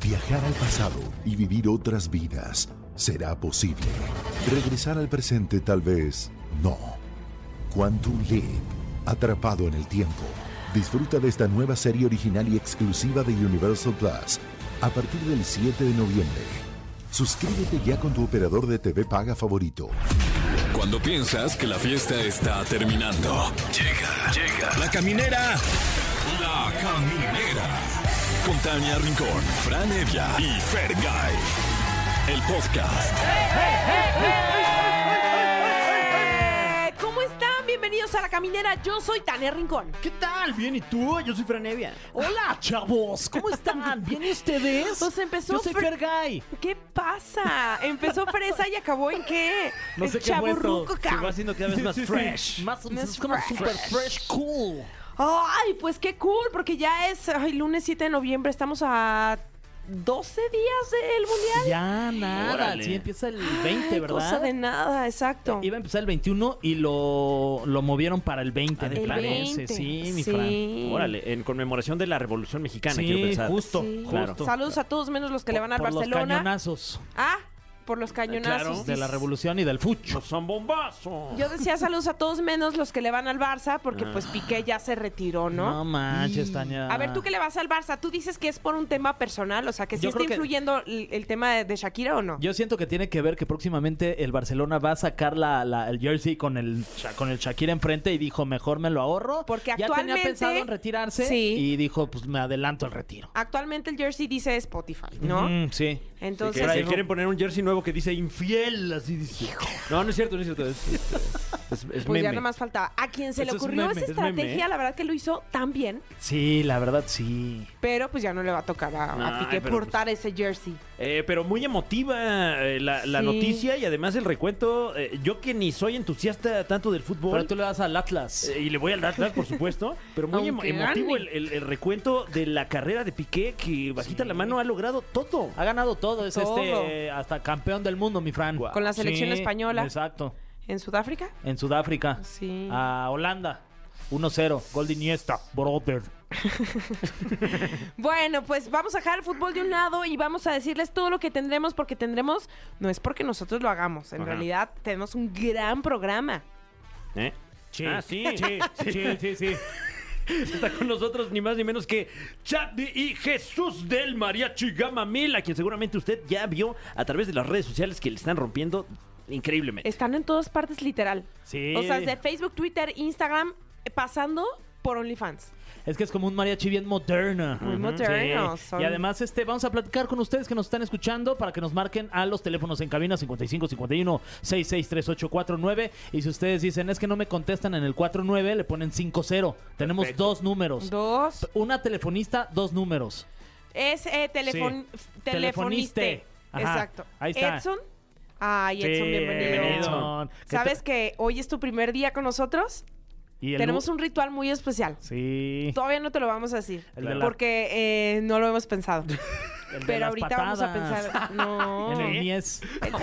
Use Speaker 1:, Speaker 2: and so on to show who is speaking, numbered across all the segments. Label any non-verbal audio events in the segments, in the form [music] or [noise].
Speaker 1: Viajar al pasado y vivir otras vidas será posible. Regresar al presente tal vez no. Quantum Leap, atrapado en el tiempo. Disfruta de esta nueva serie original y exclusiva de Universal Plus a partir del 7 de noviembre. Suscríbete ya con tu operador de TV paga favorito.
Speaker 2: Cuando piensas que la fiesta está terminando. Llega, llega. La caminera. La caminera. Con Tania Rincón, Fran Evia y Fer El podcast.
Speaker 3: Eh, ¿Cómo están? Bienvenidos a La Caminera. Yo soy Tania Rincón.
Speaker 4: ¿Qué tal? Bien, ¿y tú? Yo soy Franevia.
Speaker 3: [laughs] Hola.
Speaker 4: Chavos, ¿cómo
Speaker 3: [laughs]
Speaker 4: están? ¿Bien y ustedes?
Speaker 3: Pues empezó
Speaker 4: Yo soy
Speaker 3: Fer-
Speaker 4: Fergay.
Speaker 3: ¿Qué pasa?
Speaker 4: [laughs]
Speaker 3: Empezó fresa y acabó en qué?
Speaker 4: No sé
Speaker 3: El
Speaker 4: qué fue esto. Se
Speaker 3: chavorruco,
Speaker 4: va
Speaker 3: cabrón. [laughs]
Speaker 4: haciendo cada vez más fresh. Más,
Speaker 3: Más
Speaker 4: como
Speaker 3: fresh.
Speaker 4: super fresh cool.
Speaker 3: Ay, pues qué cool, porque ya es ay, lunes 7 de noviembre. Estamos a 12 días del mundial.
Speaker 4: Ya nada.
Speaker 5: Órale.
Speaker 4: Sí, empieza el
Speaker 3: Ay,
Speaker 4: 20, ¿verdad?
Speaker 3: Cosa de nada, exacto.
Speaker 4: Iba a empezar el 21 y lo, lo movieron para el 20, me
Speaker 3: El
Speaker 4: parece.
Speaker 3: 20,
Speaker 4: Sí, mi
Speaker 3: sí.
Speaker 4: Fran.
Speaker 5: Órale, en conmemoración de la Revolución Mexicana,
Speaker 4: Sí,
Speaker 5: quiero pensar.
Speaker 4: justo,
Speaker 3: Sí.
Speaker 4: claro.
Speaker 3: Saludos a todos, menos los que le van al
Speaker 4: Por Los
Speaker 3: Barcelona.
Speaker 4: cañonazos Eh,
Speaker 3: ah, por los cañonazos.
Speaker 5: Claro.
Speaker 4: de la
Speaker 3: dices.
Speaker 4: revolución y del fucho.
Speaker 5: No son bombazos.
Speaker 3: Yo decía saludos a todos menos los que le van al Barça, porque pues
Speaker 4: Ah.
Speaker 3: Piqué ya se retiró, ¿no?
Speaker 4: manches, Tania.
Speaker 3: A ver, ¿tú qué le vas al Barça? ¿Tú dices que es por un tema personal? O sea, que sí
Speaker 4: Yo
Speaker 3: está
Speaker 4: creo que-
Speaker 3: influyendo el, el tema de, de Shakira o no?
Speaker 4: Yo siento que tiene que ver que próximamente el Barcelona va a sacar la, la- el jersey con el, Sha- con el Shakira enfrente y dijo, mejor me lo ahorro.
Speaker 3: Porque
Speaker 4: Ya
Speaker 3: actualmente-
Speaker 4: tenía pensado en retirarse
Speaker 3: Sí.
Speaker 4: y dijo, pues me adelanto el retiro.
Speaker 3: Actualmente el jersey dice Spotify, ¿no?
Speaker 4: Mm, sí.
Speaker 5: Que
Speaker 3: Entonces,
Speaker 5: se quieren poner un jersey nuevo que dice infiel, así dice. No, no es cierto, no es cierto. Es, es- es-
Speaker 3: [laughs]
Speaker 5: es
Speaker 3: pues
Speaker 5: meme.
Speaker 3: ya nada más faltaba. A quien se le
Speaker 5: Eso es
Speaker 3: ocurrió
Speaker 5: meme,
Speaker 3: esa
Speaker 5: es meme,
Speaker 3: estrategia,
Speaker 5: ¿eh?
Speaker 3: la verdad que lo hizo tan bien,
Speaker 4: Sí, la verdad, sí.
Speaker 3: pero pues ya no le va a tocar a, a
Speaker 5: Ay,
Speaker 3: Piqué
Speaker 5: pero, pues,
Speaker 3: portar ese jersey.
Speaker 5: Eh, pero muy emotiva eh, la, la
Speaker 3: Sí.
Speaker 5: noticia y además el recuento. eh, yo que ni soy entusiasta tanto del
Speaker 4: Pero
Speaker 5: fútbol.
Speaker 4: tú le vas al Atlas.
Speaker 5: eh, y le voy al Atlas, por supuesto. Pero muy emo-
Speaker 3: Aunque
Speaker 5: emotivo el,
Speaker 3: gane.
Speaker 5: el- el recuento de la carrera de Piqué, que bajita la mano ha logrado todo.
Speaker 4: Ha ganado todo, es
Speaker 3: Todo.
Speaker 4: este hasta campeón del mundo, mi Fran.
Speaker 5: Guau.
Speaker 3: Con la selección española.
Speaker 4: Exacto.
Speaker 3: ¿En Sudáfrica?
Speaker 4: En Sudáfrica.
Speaker 3: Sí.
Speaker 4: A Holanda. 1-0. Gol de Iniesta. Brother.
Speaker 3: Bueno, pues vamos a dejar el fútbol de un lado y vamos a decirles todo lo que tendremos, porque tendremos, no es porque nosotros lo hagamos, en
Speaker 5: Ajá.
Speaker 3: realidad tenemos un gran programa.
Speaker 5: ¿Eh?
Speaker 4: Sí.
Speaker 5: Ah, sí, sí, sí, sí, [laughs] Está con nosotros ni más ni menos que Chapdi y Jesús del Mariachi Gama Mil, a quien seguramente usted ya vio a través de las redes sociales que le están rompiendo increíblemente.
Speaker 3: Están en todas partes, literal.
Speaker 4: Sí.
Speaker 5: [laughs]
Speaker 3: O sea, de Facebook, Twitter, Instagram, eh, pasando por OnlyFans.
Speaker 4: Es que es como un mariachi bien moderno.
Speaker 3: Muy moderno,
Speaker 4: Sí.
Speaker 3: son-
Speaker 4: Y además, este, vamos a platicar con ustedes que nos están escuchando para que nos marquen a los teléfonos en cabina 55 51 66 3849. Y si ustedes dicen es que no me contestan en el 49, le ponen 50. Tenemos
Speaker 5: Perfecto.
Speaker 4: dos números.
Speaker 3: Dos.
Speaker 4: Una telefonista, dos números.
Speaker 3: Es eh, telefon-
Speaker 4: Sí.
Speaker 3: f- telefoniste.
Speaker 4: Telefoniste. Ajá,
Speaker 3: Exacto.
Speaker 4: ahí está.
Speaker 3: Edson. Ay, Edson,
Speaker 4: Sí,
Speaker 3: bienvenido.
Speaker 5: bienvenido.
Speaker 4: ¿Qué te-
Speaker 3: ¿Sabes que hoy es tu primer día con nosotros?
Speaker 4: y el
Speaker 3: Tenemos
Speaker 4: nu-
Speaker 3: un ritual muy especial.
Speaker 4: Sí.
Speaker 3: Todavía no te lo vamos a decir.
Speaker 4: El de la-
Speaker 3: Porque eh, no lo hemos pensado.
Speaker 4: el [laughs] de
Speaker 3: Pero
Speaker 4: las
Speaker 3: ahorita vamos a
Speaker 4: patadas. [laughs]
Speaker 3: pensar. No. ¿Eh?
Speaker 4: En el Mies.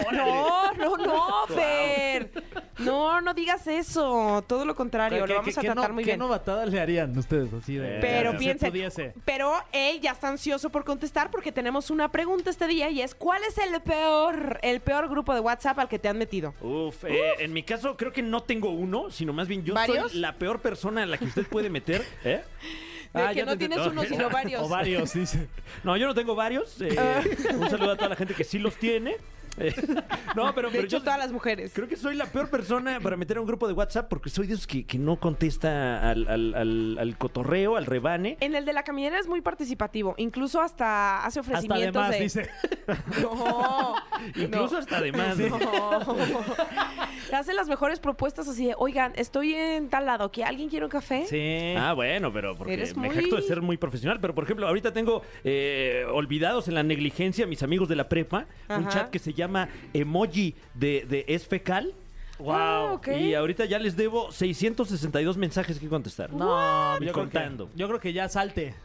Speaker 3: No, no, no, Fer. No, no digas eso. Todo lo contrario.
Speaker 4: ¿Qué-
Speaker 3: Lo vamos
Speaker 4: qué-
Speaker 3: a
Speaker 4: qué no-
Speaker 3: tratar muy
Speaker 4: ¿Qué
Speaker 3: bien.
Speaker 4: novatadas le harían ustedes así de...
Speaker 3: Pero
Speaker 4: si se
Speaker 3: piensen.
Speaker 4: pudiese?
Speaker 3: Pero él ya está ansioso por contestar porque tenemos una pregunta este día y es ¿cuál es el peor, el peor grupo de WhatsApp al que te han metido?
Speaker 5: Uf, eh, en mi caso creo que no tengo uno, sino más bien yo
Speaker 3: ¿Varios?
Speaker 5: soy la peor persona a la que usted puede
Speaker 3: [laughs]
Speaker 5: meter. ¿Eh?
Speaker 3: De
Speaker 5: Ah,
Speaker 3: que
Speaker 5: ya
Speaker 3: no
Speaker 5: te
Speaker 3: tienes
Speaker 5: entendí. [laughs]
Speaker 3: uno, sino varios. Ah.
Speaker 4: O varios, dice.
Speaker 5: No, yo no tengo varios. eh, un saludo a toda la gente que sí los
Speaker 3: [laughs]
Speaker 5: tiene. Eh, [laughs] no, pero,
Speaker 3: De
Speaker 5: pero
Speaker 3: hecho,
Speaker 5: yo,
Speaker 3: todas las mujeres.
Speaker 5: Creo que soy la peor persona para meter a un grupo de WhatsApp porque soy de esos que, que no contesta al, al- al- al cotorreo, al rebane.
Speaker 3: En el de la caminera es muy participativo. Incluso hasta
Speaker 4: Hasta de
Speaker 3: hace [laughs] ofrecimientos
Speaker 4: más,
Speaker 3: de...
Speaker 4: dice.
Speaker 3: [laughs] No,
Speaker 5: Incluso
Speaker 3: no.
Speaker 5: hasta además.
Speaker 3: No. [laughs] Le Hacen las mejores propuestas así de, oigan, estoy en tal lado, ¿que alguien quiere un café?
Speaker 4: Sí.
Speaker 5: Ah, bueno, pero porque
Speaker 3: Eres
Speaker 5: me
Speaker 3: muy-
Speaker 5: jacto de ser muy profesional. Pero, por ejemplo, ahorita tengo eh, olvidados en la negligencia mis amigos de la prepa un
Speaker 3: Ajá.
Speaker 5: chat que se llama Emoji de, de Es Fecal.
Speaker 3: Ah, ok.
Speaker 5: Y ahorita ya les debo 662 mensajes que contestar.
Speaker 4: No,
Speaker 5: Ni
Speaker 4: yo creo, que,
Speaker 5: contando.
Speaker 4: yo creo que ya salte.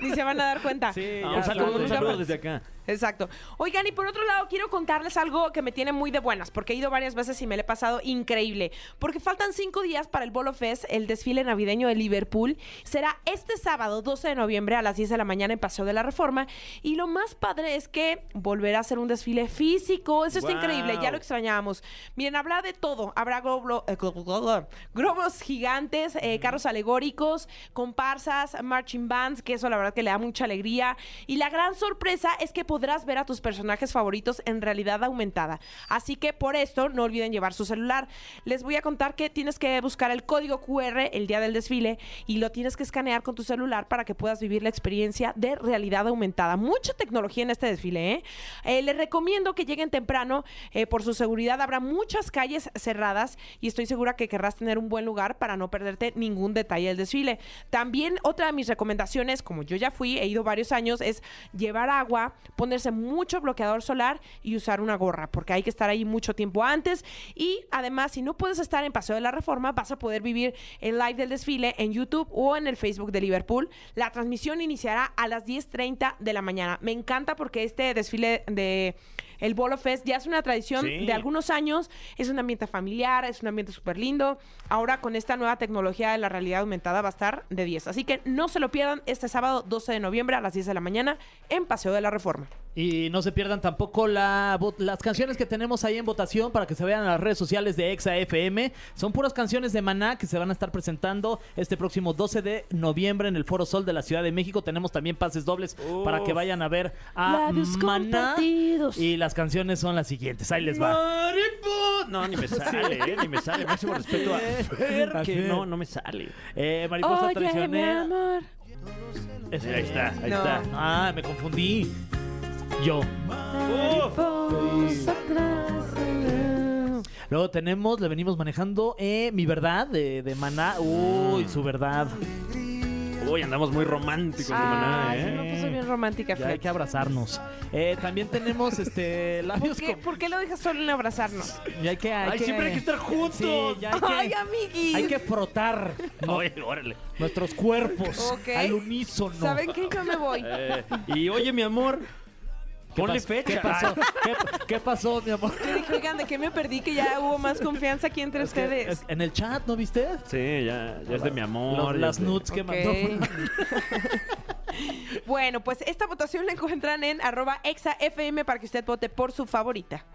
Speaker 3: Ni se van a dar cuenta.
Speaker 4: Sí,
Speaker 5: Ah,
Speaker 4: ya
Speaker 5: un saludo,
Speaker 4: saludos,
Speaker 5: un
Speaker 3: nunca
Speaker 5: saludo
Speaker 3: más.
Speaker 5: desde acá.
Speaker 3: Exacto. Oigan, y por otro lado, quiero contarles algo que me tiene muy de buenas, porque he ido varias veces y me le he pasado increíble. Porque faltan cinco días para el Bolo Fest, el desfile navideño de Liverpool. Será este sábado, 12 de noviembre, a las 10 de la mañana en Paseo de la Reforma. Y lo más padre es que volverá a ser un desfile físico. Eso está
Speaker 5: Guau.
Speaker 3: increíble, ya lo extrañábamos. Miren, habrá de todo. Habrá globlo- eh, glo- glo- glo- globos gigantes, eh, carros alegóricos, comparsas, marching bands, que eso la verdad que le da mucha alegría. Y la gran sorpresa es que podrás ver a tus personajes favoritos en realidad aumentada. Así que por esto no olviden llevar su celular. Les voy a contar que tienes que buscar el código QR el día del desfile y lo tienes que escanear con tu celular para que puedas vivir la experiencia de realidad aumentada. Mucha tecnología en este desfile, ¿eh? Eh, les recomiendo que lleguen temprano. eh, por su seguridad habrá muchas calles cerradas y estoy segura que querrás tener un buen lugar para no perderte ningún detalle del desfile. También otra de mis recomendaciones, como yo ya fui, he ido varios años, es llevar agua, ponerse mucho bloqueador solar y usar una gorra, porque hay que estar ahí mucho tiempo antes. Y además, si no puedes estar en Paseo de la Reforma, vas a poder vivir el live del desfile en YouTube o en el Facebook de Liverpool. La transmisión iniciará a las 10.30 de la mañana. Me encanta porque este desfile de el Bolo Fest ya es una tradición
Speaker 5: Sí.
Speaker 3: de algunos años, es un ambiente familiar, es un ambiente súper lindo. Ahora con esta nueva tecnología de la realidad aumentada va a estar de 10. Así que no se lo pierdan este sábado 12 de noviembre a las 10 de la mañana en Paseo de la Reforma.
Speaker 4: Y no se pierdan tampoco la, vo- las canciones que tenemos ahí en votación para que se vean en las redes sociales de Exa FM. Son puras canciones de Maná que se van a estar presentando este próximo 12 de noviembre en el Foro Sol de la Ciudad de México. Tenemos también pases dobles para que vayan a ver a
Speaker 3: Ah, Labios
Speaker 4: Maná.
Speaker 3: compartidos.
Speaker 4: Y las canciones son las siguientes. Ahí les va.
Speaker 5: Maripo- No,
Speaker 4: [laughs]
Speaker 5: ni me sale, eh, ni me sale. Máximo respeto a Fer,
Speaker 4: A
Speaker 5: que
Speaker 4: Fer.
Speaker 5: no, no me sale.
Speaker 4: Eh, Mariposa Traicionera.
Speaker 3: amor.
Speaker 4: Esa-
Speaker 5: Ahí está, ahí
Speaker 3: No.
Speaker 5: está.
Speaker 4: Ah, me confundí. Yo. Luego tenemos, le venimos manejando eh, Mi Verdad de, de Maná. Uy, su verdad.
Speaker 5: Hoy andamos muy románticos de maná,
Speaker 3: Ay,
Speaker 5: ¿eh?
Speaker 3: no, pues soy bien romántica,
Speaker 4: Ya hay
Speaker 3: Fred.
Speaker 4: que abrazarnos. Eh, también tenemos este
Speaker 3: ¿Por
Speaker 4: labios
Speaker 3: qué,
Speaker 4: con-
Speaker 3: por qué lo dejas solo en abrazarnos?
Speaker 4: Y hay que, hay
Speaker 5: Ay,
Speaker 4: que-
Speaker 5: siempre hay que estar juntos.
Speaker 4: Sí, ya hay que,
Speaker 3: [laughs] Ay, amiguis.
Speaker 4: hay que frotar ¿no?
Speaker 5: [laughs] Oye, órale.
Speaker 4: nuestros cuerpos
Speaker 3: Ok.
Speaker 4: al unísono.
Speaker 3: ¿Saben qué? Yo
Speaker 4: [laughs]
Speaker 3: me voy.
Speaker 5: Eh, y oye, mi amor,
Speaker 4: ¿Qué
Speaker 5: ponle
Speaker 4: pas-
Speaker 5: fecha. Ah,
Speaker 4: ¿Qué pasó? ¿Qué, qué pasó, mi amor?
Speaker 3: Yo dije, oigan, ¿de qué me perdí? Que ya hubo más confianza aquí entre ustedes.
Speaker 4: Es- En el chat, ¿no viste?
Speaker 5: Ay, Sí, ya, ya es de mi amor.
Speaker 4: Los-
Speaker 5: ya
Speaker 4: las
Speaker 5: es de-
Speaker 4: nudes que
Speaker 3: Ok.
Speaker 4: mandó.
Speaker 3: [laughs] Bueno, pues esta votación la encuentran en arroba exafm para que usted vote por su favorita.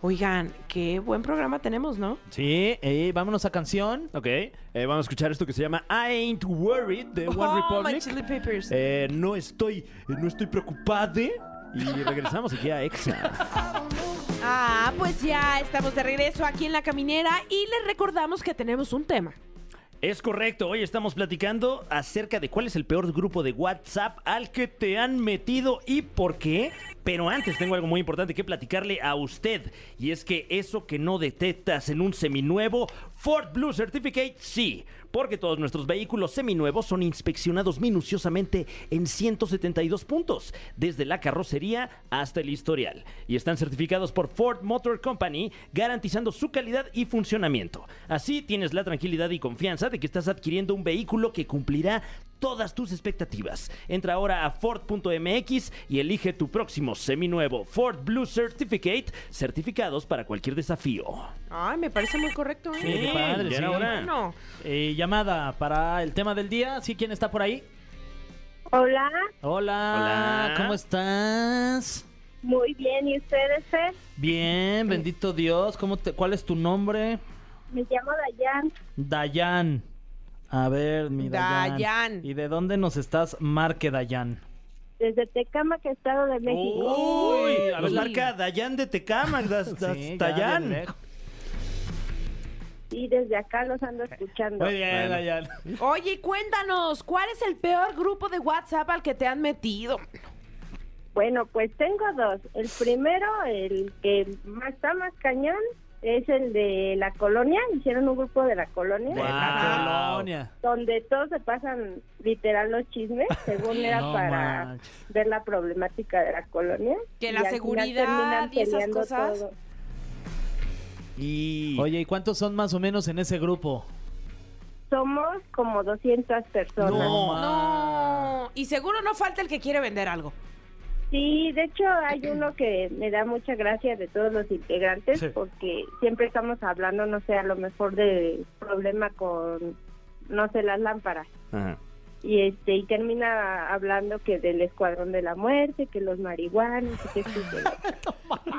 Speaker 3: Oigan, qué buen programa tenemos, ¿no?
Speaker 4: Sí, eh, vámonos a canción.
Speaker 5: Ok, eh, vamos a escuchar esto que se llama I Ain't Worried de One
Speaker 3: Oh, my
Speaker 5: Republic.
Speaker 3: Chili Peppers.
Speaker 5: Eh, no estoy, no estoy preocupada. Y regresamos aquí a Exa.
Speaker 3: Ah, pues ya estamos de regreso aquí en La Caminera y les recordamos que tenemos un tema.
Speaker 5: Es correcto, hoy estamos platicando acerca de cuál es el peor grupo de WhatsApp al que te han metido y por qué. Pero antes tengo algo muy importante que platicarle a usted. Y es que eso que no detectas en un seminuevo, Ford Blue Certificate sí. Porque todos nuestros vehículos seminuevos son inspeccionados minuciosamente en 172 puntos, desde la carrocería hasta el historial. Y están certificados por Ford Motor Company, garantizando su calidad y funcionamiento. Así tienes la tranquilidad y confianza de que estás adquiriendo un vehículo que cumplirá todas tus expectativas. Entra ahora a Ford.mx y elige tu próximo seminuevo Ford Blue Certificate, certificados para cualquier desafío.
Speaker 3: Ay, me parece muy correcto,
Speaker 4: Sí,
Speaker 3: ¿eh?
Speaker 4: qué padre,
Speaker 5: ya era
Speaker 4: sí.
Speaker 5: hora.
Speaker 3: Bueno,
Speaker 4: Eh, llamada para el tema del día. ¿Sí? ¿Quién está por ahí?
Speaker 6: Hola,
Speaker 4: Hola.
Speaker 5: Hola.
Speaker 4: ¿Cómo estás?
Speaker 6: muy bien. ¿Y ustedes, Fer?
Speaker 4: Bien, bendito Dios. ¿Cómo te, ¿Cuál es tu nombre?
Speaker 6: Me llamo Dayan
Speaker 4: Dayan. A ver, mi Dayan.
Speaker 3: Dayan.
Speaker 4: ¿Y de dónde nos estás? Marque Dayan.
Speaker 6: desde Tecámac, Estado de México.
Speaker 4: Oh.
Speaker 5: Uy,
Speaker 4: a
Speaker 5: nos
Speaker 4: ver.
Speaker 5: marca Dayan de
Speaker 4: [laughs]
Speaker 5: Tecama,
Speaker 4: Sí, ya de
Speaker 5: Dayan.
Speaker 4: lejos.
Speaker 6: Y desde acá los ando escuchando.
Speaker 4: Muy bien,
Speaker 5: Bueno.
Speaker 4: Dayan.
Speaker 3: oye, cuéntanos, ¿cuál es el peor grupo de WhatsApp al que te han metido?
Speaker 6: Bueno, pues tengo dos. El primero, el que más está más cañón, es el de la colonia. Hicieron un grupo de la colonia.
Speaker 4: De la colonia.
Speaker 6: Donde todos se pasan literal los chismes,
Speaker 4: [laughs]
Speaker 6: según era
Speaker 4: No
Speaker 6: para
Speaker 4: manches.
Speaker 6: ver la problemática de la colonia.
Speaker 3: Que
Speaker 6: Y
Speaker 3: la
Speaker 6: al final
Speaker 3: seguridad
Speaker 6: terminan
Speaker 3: y esas
Speaker 6: peleando
Speaker 3: cosas.
Speaker 6: todo.
Speaker 5: Y
Speaker 4: Oye, ¿y cuántos son más o menos en ese grupo?
Speaker 6: Somos como 200 personas.
Speaker 5: No.
Speaker 4: ma- Ah.
Speaker 3: No, y seguro no falta el que quiere vender algo.
Speaker 6: Sí, de hecho hay uno que me da mucha gracia de todos los integrantes
Speaker 5: Sí.
Speaker 6: porque siempre estamos hablando, no sé, a lo mejor de problema con, no sé, las lámparas.
Speaker 5: Ajá.
Speaker 6: Y este y termina hablando que del escuadrón de la muerte, que los marihuanos, que, que-
Speaker 5: [laughs]
Speaker 6: que-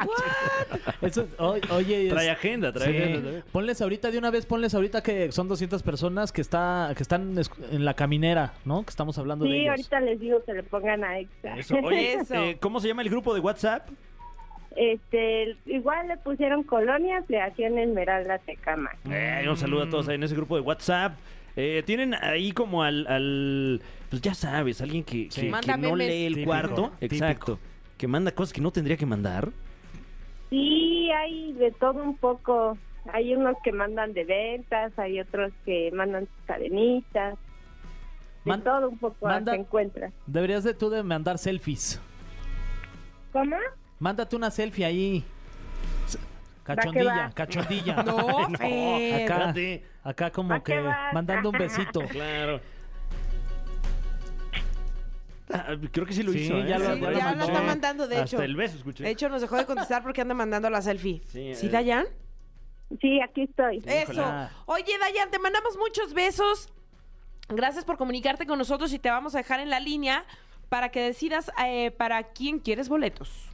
Speaker 4: Eso es- o- oye, es-
Speaker 5: Trae agenda, trae
Speaker 4: Sí.
Speaker 5: agenda. trae-
Speaker 4: Ponles ahorita de una vez, ponles ahorita que son 200 personas que está que están es- en la caminera, ¿no? Que estamos hablando de
Speaker 6: Sí,
Speaker 4: ellos.
Speaker 6: ahorita les digo que le pongan a extra.
Speaker 5: Eso.
Speaker 3: [laughs]
Speaker 5: Oye,
Speaker 3: Eso.
Speaker 5: eh, ¿cómo se llama el grupo de WhatsApp?
Speaker 6: [laughs] Este, igual le pusieron colonia, ampliación Esmeralda Tecama.
Speaker 4: Mm.
Speaker 5: Eh, un saludo a todos ahí en ese grupo de WhatsApp. Eh, tienen ahí como al, al- Pues ya sabes, alguien que, que- que
Speaker 3: Manda
Speaker 5: no
Speaker 3: memes.
Speaker 5: lee el
Speaker 4: Típico,
Speaker 5: cuarto.
Speaker 4: típico.
Speaker 5: Exacto. Que manda cosas que no tendría que mandar.
Speaker 6: Sí, hay de todo un poco. Hay unos que mandan de ventas, hay otros que mandan sus cadenitas. De
Speaker 4: Man-
Speaker 6: todo un poco
Speaker 4: manda-
Speaker 6: se encuentra.
Speaker 4: Deberías de tú de mandar selfies.
Speaker 6: ¿Cómo?
Speaker 4: Mándate una selfie ahí.
Speaker 6: Va que
Speaker 4: Cachondilla,
Speaker 6: va.
Speaker 4: cachondilla.
Speaker 6: [laughs]
Speaker 4: [laughs]
Speaker 3: No, Fer.
Speaker 4: acá,
Speaker 5: Espérate.
Speaker 4: acá como
Speaker 6: Va que
Speaker 4: que
Speaker 6: va.
Speaker 4: mandando un
Speaker 6: [laughs]
Speaker 4: besito.
Speaker 5: Claro. Ah, creo que sí lo
Speaker 4: Sí,
Speaker 5: hizo. ¿eh?
Speaker 4: ya lo-
Speaker 3: Sí, ya lo
Speaker 5: mandó.
Speaker 3: está mandando, de
Speaker 5: Hasta
Speaker 3: hecho.
Speaker 5: el beso, escuché.
Speaker 3: De hecho, nos dejó de contestar porque anda mandando la selfie.
Speaker 5: Sí,
Speaker 3: ¿Sí,
Speaker 5: eh.
Speaker 3: Dayan?
Speaker 6: Sí, aquí estoy.
Speaker 3: Eso.
Speaker 4: Ah.
Speaker 3: Oye, Dayan, te mandamos muchos besos. Gracias por comunicarte con nosotros y te vamos a dejar en la línea para que decidas eh, para quién quieres boletos.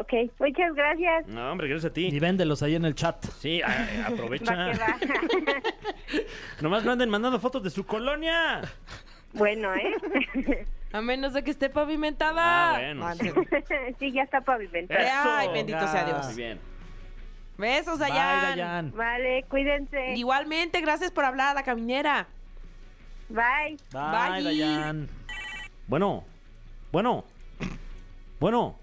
Speaker 6: Ok, muchas gracias.
Speaker 5: No, hombre, gracias a ti.
Speaker 4: Y véndelos ahí en el chat.
Speaker 5: Sí, a- eh,
Speaker 6: Va que
Speaker 5: aprovecha.
Speaker 6: va.
Speaker 5: [laughs]
Speaker 6: [laughs]
Speaker 4: [laughs]
Speaker 5: Nomás no anden mandando fotos de su colonia.
Speaker 6: bueno, ¿eh? [laughs]
Speaker 3: A menos de que esté
Speaker 5: Ah,
Speaker 3: pavimentada.
Speaker 5: bueno.
Speaker 3: no sé.
Speaker 6: sí, ya está pavimentado.
Speaker 5: [laughs] Eso.
Speaker 3: Ay, bendito sea Dios.
Speaker 5: Muy bien.
Speaker 3: Besos,
Speaker 4: Bye,
Speaker 3: Dayan.
Speaker 4: Dayan.
Speaker 6: Vale, cuídense.
Speaker 3: Igualmente, gracias por hablar a la caminera.
Speaker 6: Bye.
Speaker 4: Bye,
Speaker 3: Bye.
Speaker 4: Dayan.
Speaker 5: Bueno, bueno, bueno,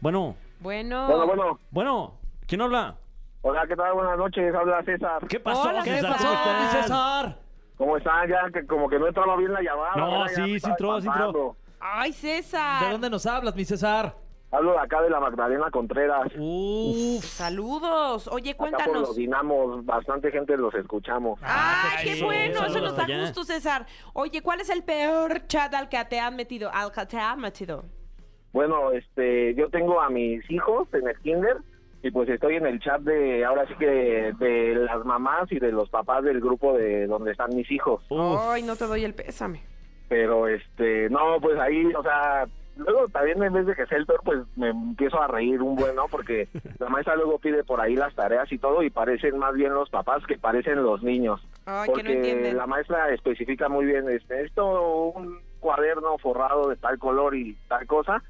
Speaker 5: bueno,
Speaker 3: Bueno.
Speaker 7: Bueno, bueno.
Speaker 5: bueno. ¿Quién habla?
Speaker 7: Hola, ¿qué tal? Buenas noches. Habla César.
Speaker 5: ¿Qué pasó,
Speaker 3: Hola,
Speaker 4: ¿Qué
Speaker 5: César?
Speaker 4: pasó, ah,
Speaker 5: ¿Cómo
Speaker 4: mi
Speaker 5: estás?
Speaker 4: César?
Speaker 7: ¿Cómo están? Ya que como que no entraba bien la llamada.
Speaker 5: No,
Speaker 7: ahora ya
Speaker 5: sí,
Speaker 7: me
Speaker 5: sí
Speaker 7: estaba
Speaker 5: entró, sí entró.
Speaker 7: espantando.
Speaker 3: Ay, César.
Speaker 4: ¿De dónde nos hablas, mi César?
Speaker 7: Hablo de acá de la Magdalena Contreras.
Speaker 5: Uh,
Speaker 4: Uf.
Speaker 3: Saludos. Oye,
Speaker 7: Acá por los
Speaker 3: cuéntanos.
Speaker 7: dinamos, bastante gente los escuchamos.
Speaker 3: Ay,
Speaker 5: Ay,
Speaker 3: Ah, qué bueno, eso
Speaker 5: saludos
Speaker 3: nos da
Speaker 5: allá.
Speaker 3: gusto, César. Oye, ¿cuál es el peor chat al que te han metido? Al que te han metido.
Speaker 7: Bueno, este, yo tengo a mis hijos en el kinder y pues estoy en el chat de, ahora sí que de, las mamás y de los papás del grupo de donde están mis hijos.
Speaker 3: Ay, no te doy el pésame.
Speaker 7: Pero este, no, pues ahí, o sea, luego también en vez de que sea el peor, pues me empiezo a reír un buen, ¿no? Porque la maestra luego pide por ahí las tareas y todo y parecen más bien los papás que parecen los niños.
Speaker 3: Ay, que no
Speaker 7: porque
Speaker 3: entienden.
Speaker 7: la maestra especifica muy bien este esto un cuaderno forrado de tal color y tal cosa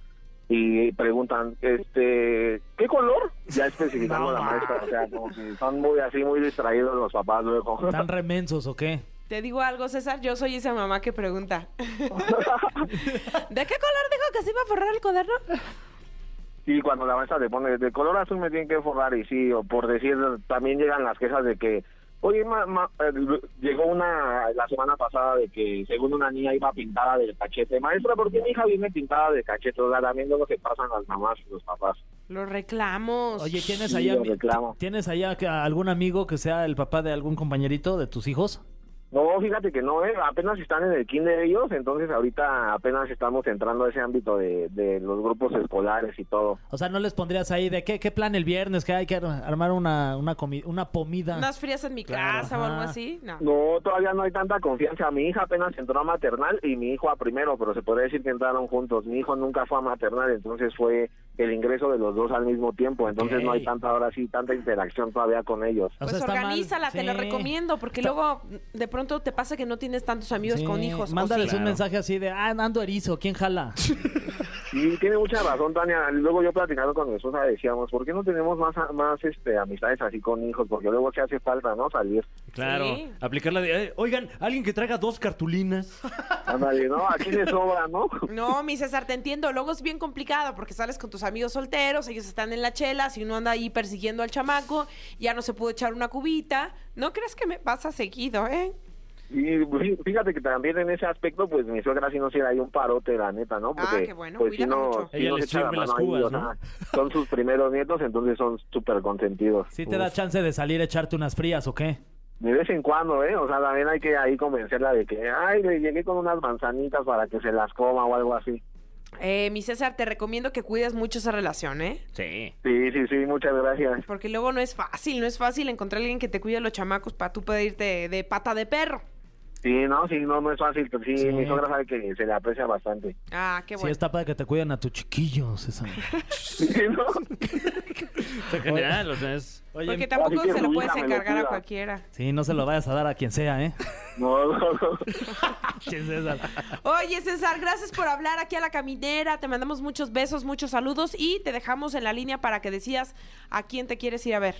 Speaker 7: y preguntan este qué color ya especificamos la maestra o sea como que son muy así muy distraídos los papás luego
Speaker 4: ¿Tan remensos o qué?
Speaker 3: Te digo algo, César, yo soy esa mamá
Speaker 7: [laughs]
Speaker 3: que pregunta. ¿De qué color dijo que se iba a forrar el cuaderno?
Speaker 7: Sí, cuando la maestra te pone de color azul me tienen que forrar y sí, o por decir, también llegan las quejas de que, oye, ma- ma- eh, llegó una la semana pasada de que según una niña iba pintada del cachete. Maestra, ¿por qué mi hija viene pintada de cachete? O sea, también luego se pasan las mamás y los papás.
Speaker 3: Los reclamos.
Speaker 4: Oye, ¿tienes
Speaker 7: Sí,
Speaker 4: allá,
Speaker 7: lo reclamo.
Speaker 4: ¿tienes allá que- algún amigo que sea el papá de algún compañerito de tus hijos?
Speaker 7: No, fíjate que no, eh, apenas están en el kinder ellos, entonces ahorita apenas estamos entrando a ese ámbito de, de los grupos escolares y todo.
Speaker 4: O sea, ¿no les pondrías ahí de qué, qué plan el viernes? Que hay que ar- armar una, una, comi- una pomida.
Speaker 3: unas frías en mi
Speaker 4: Claro,
Speaker 3: casa o algo
Speaker 4: ajá.
Speaker 3: así. No.
Speaker 7: No, todavía no hay tanta confianza. Mi hija apenas entró a maternal y mi hijo a primero, pero se podría decir que entraron juntos. Mi hijo nunca fue a maternal, entonces fue el ingreso de los dos al mismo tiempo. Entonces no hay
Speaker 4: Ok.
Speaker 7: tanta, ahora sí, tanta interacción todavía con ellos.
Speaker 4: O sea,
Speaker 3: Pues
Speaker 4: está mal.
Speaker 3: organízala, te lo
Speaker 4: Sí.
Speaker 3: recomiendo, porque luego de pronto te pasa que no tienes tantos amigos
Speaker 4: Sí,
Speaker 3: con hijos. o
Speaker 4: Mándales
Speaker 3: sí.
Speaker 4: un mensaje así de, ah, ando erizo, ¿quién
Speaker 3: [laughs]
Speaker 4: jala?
Speaker 7: Y tiene mucha razón, Tania. Luego yo platicando con mi esposa decíamos, ¿por qué no tenemos más, más este, amistades así con hijos? Porque luego se hace falta, ¿no? Salir.
Speaker 5: Claro.
Speaker 3: Sí.
Speaker 5: Aplicarla de. eh, oigan, alguien que traiga dos
Speaker 4: [laughs]
Speaker 5: cartulinas.
Speaker 7: Ándale, ¿no? Aquí le sobra, ¿no?
Speaker 3: No, mi César, te entiendo. Luego es bien complicado porque sales con tus amigos solteros, ellos están en la chela, si uno anda ahí persiguiendo al chamaco, ya no se pudo echar una cubita. ¿No crees que me pasa seguido, eh?
Speaker 7: Y fí- fíjate que también en ese aspecto, pues mi suegra sí nos era ahí un parote, la neta, ¿no?
Speaker 3: Ah,
Speaker 7: Porque,
Speaker 3: qué bueno,
Speaker 7: pues, sí
Speaker 3: cuídala
Speaker 7: no-
Speaker 3: mucho.
Speaker 7: sí
Speaker 5: Ella
Speaker 7: nos
Speaker 5: les
Speaker 7: echa la
Speaker 5: sirve las
Speaker 7: mano ahí,
Speaker 5: cubas,
Speaker 7: o sea, son sus primeros nietos, entonces son súper consentidos.
Speaker 4: ¿Sí te da chance de salir a echarte unas frías o qué?
Speaker 7: De vez en cuando, ¿eh? O sea, también hay que ahí convencerla de que, ay, le llegué con unas manzanitas para que se las coma o algo así.
Speaker 3: Eh, mi César, te recomiendo que cuides mucho esa relación, ¿eh?
Speaker 5: Sí.
Speaker 7: Sí, sí, sí, muchas gracias.
Speaker 3: Porque luego no es fácil, no es fácil encontrar a alguien que te cuide a los chamacos para tú pedirte de, de pata de perro.
Speaker 7: Sí, no, sí, no, no es fácil, pero sí,
Speaker 4: Sí.
Speaker 7: mi sogra sabe que se le aprecia bastante. [laughs]
Speaker 3: Ah, qué
Speaker 4: Sí,
Speaker 3: bueno.
Speaker 4: está para que te cuiden a tu chiquillo, César.
Speaker 7: Sí, ¿no?
Speaker 5: En general, o sea, es...
Speaker 3: Porque
Speaker 4: Oye,
Speaker 3: tampoco
Speaker 7: Así que
Speaker 3: se lo puedes
Speaker 7: ruina, me lo
Speaker 3: encargar a
Speaker 7: cuida.
Speaker 3: cualquiera.
Speaker 4: sí, no se lo vayas a dar a quien sea, ¿eh?
Speaker 7: No, no, no.
Speaker 4: Che, César.
Speaker 3: Oye, César, gracias por hablar aquí a la caminera. Te mandamos muchos besos, muchos saludos y te dejamos en la línea para que decidas a quién te quieres ir a ver.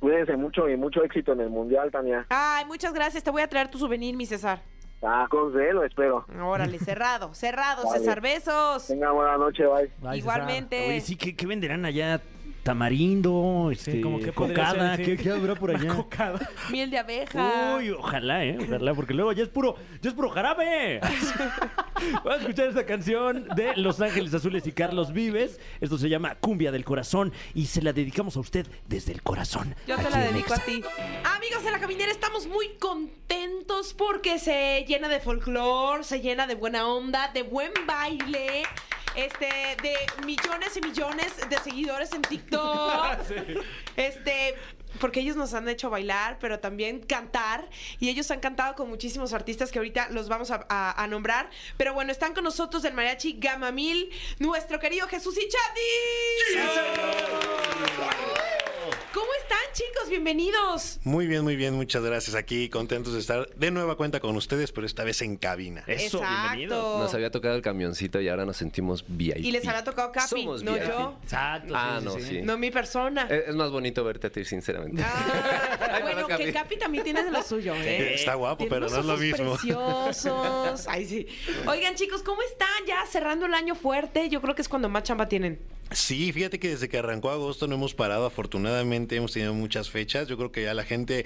Speaker 7: Cuídense mucho y mucho éxito en el mundial, Tania.
Speaker 3: Ay, muchas gracias. Te voy a traer tu souvenir, mi César.
Speaker 7: Ah, con celo, espero.
Speaker 3: Órale, cerrado, cerrado,
Speaker 7: Vale.
Speaker 3: César. Besos.
Speaker 7: Tenga buena noche, bye.
Speaker 4: Bye,
Speaker 3: Igualmente.
Speaker 5: Oye, sí, ¿qué, qué venderán allá? Tamarindo,
Speaker 4: César.
Speaker 5: este,
Speaker 4: Sí, como que podría
Speaker 5: cocada,
Speaker 4: ser, sí.
Speaker 5: ¿qué, qué habrá por allá?
Speaker 4: Una cocada.
Speaker 3: Miel de abeja.
Speaker 5: Uy, ojalá, eh, ojalá, porque luego ya es puro, ya es puro
Speaker 3: [laughs]
Speaker 5: jarabe. Voy a escuchar esta canción de Los Ángeles Azules y Carlos Vives. Esto se llama Cumbia del Corazón y se la dedicamos a usted desde el corazón.
Speaker 3: Yo te
Speaker 5: aquí
Speaker 3: la
Speaker 5: en
Speaker 3: dedico a
Speaker 5: Exa.
Speaker 3: ti. Amigos de la caminera, estamos muy contentos porque se llena de folclore, se llena de buena onda, de buen baile. Este, de millones y millones de seguidores en TikTok. Este, porque ellos nos han hecho bailar, pero también cantar. Y ellos han cantado con muchísimos artistas que ahorita los vamos a, a- a nombrar. Pero bueno, están con nosotros del mariachi Gamamil, nuestro querido Jesús y ¿Cómo están, chicos? Bienvenidos.
Speaker 8: Muy bien, muy bien, muchas gracias. Aquí contentos de estar de nueva cuenta con ustedes, pero esta vez en cabina.
Speaker 5: Eso, bienvenido.
Speaker 9: Nos había tocado el camioncito y ahora nos sentimos VIP.
Speaker 3: Y les había tocado Capi,
Speaker 9: Somos
Speaker 3: no
Speaker 9: VIP.
Speaker 3: yo.
Speaker 4: Exacto.
Speaker 9: Ah, no, sí.
Speaker 3: No mi persona.
Speaker 9: Es es más bonito verte a ti, sinceramente.
Speaker 3: Ah,
Speaker 9: Ay,
Speaker 3: Eh. bueno,
Speaker 9: perdón, Capi.
Speaker 3: que Capi también tiene de lo suyo, ¿eh?
Speaker 8: Está guapo,
Speaker 3: Tiene
Speaker 8: pero
Speaker 3: unos
Speaker 8: no es lo
Speaker 3: ojos
Speaker 8: mismo. [laughs]
Speaker 3: Preciosos. Ay, sí. Oigan, chicos, ¿cómo están? Ya cerrando el año fuerte. Yo creo que es cuando más chamba tienen.
Speaker 8: Sí, fíjate que desde que arrancó agosto no hemos parado, afortunadamente hemos tenido muchas fechas. Yo creo que ya la gente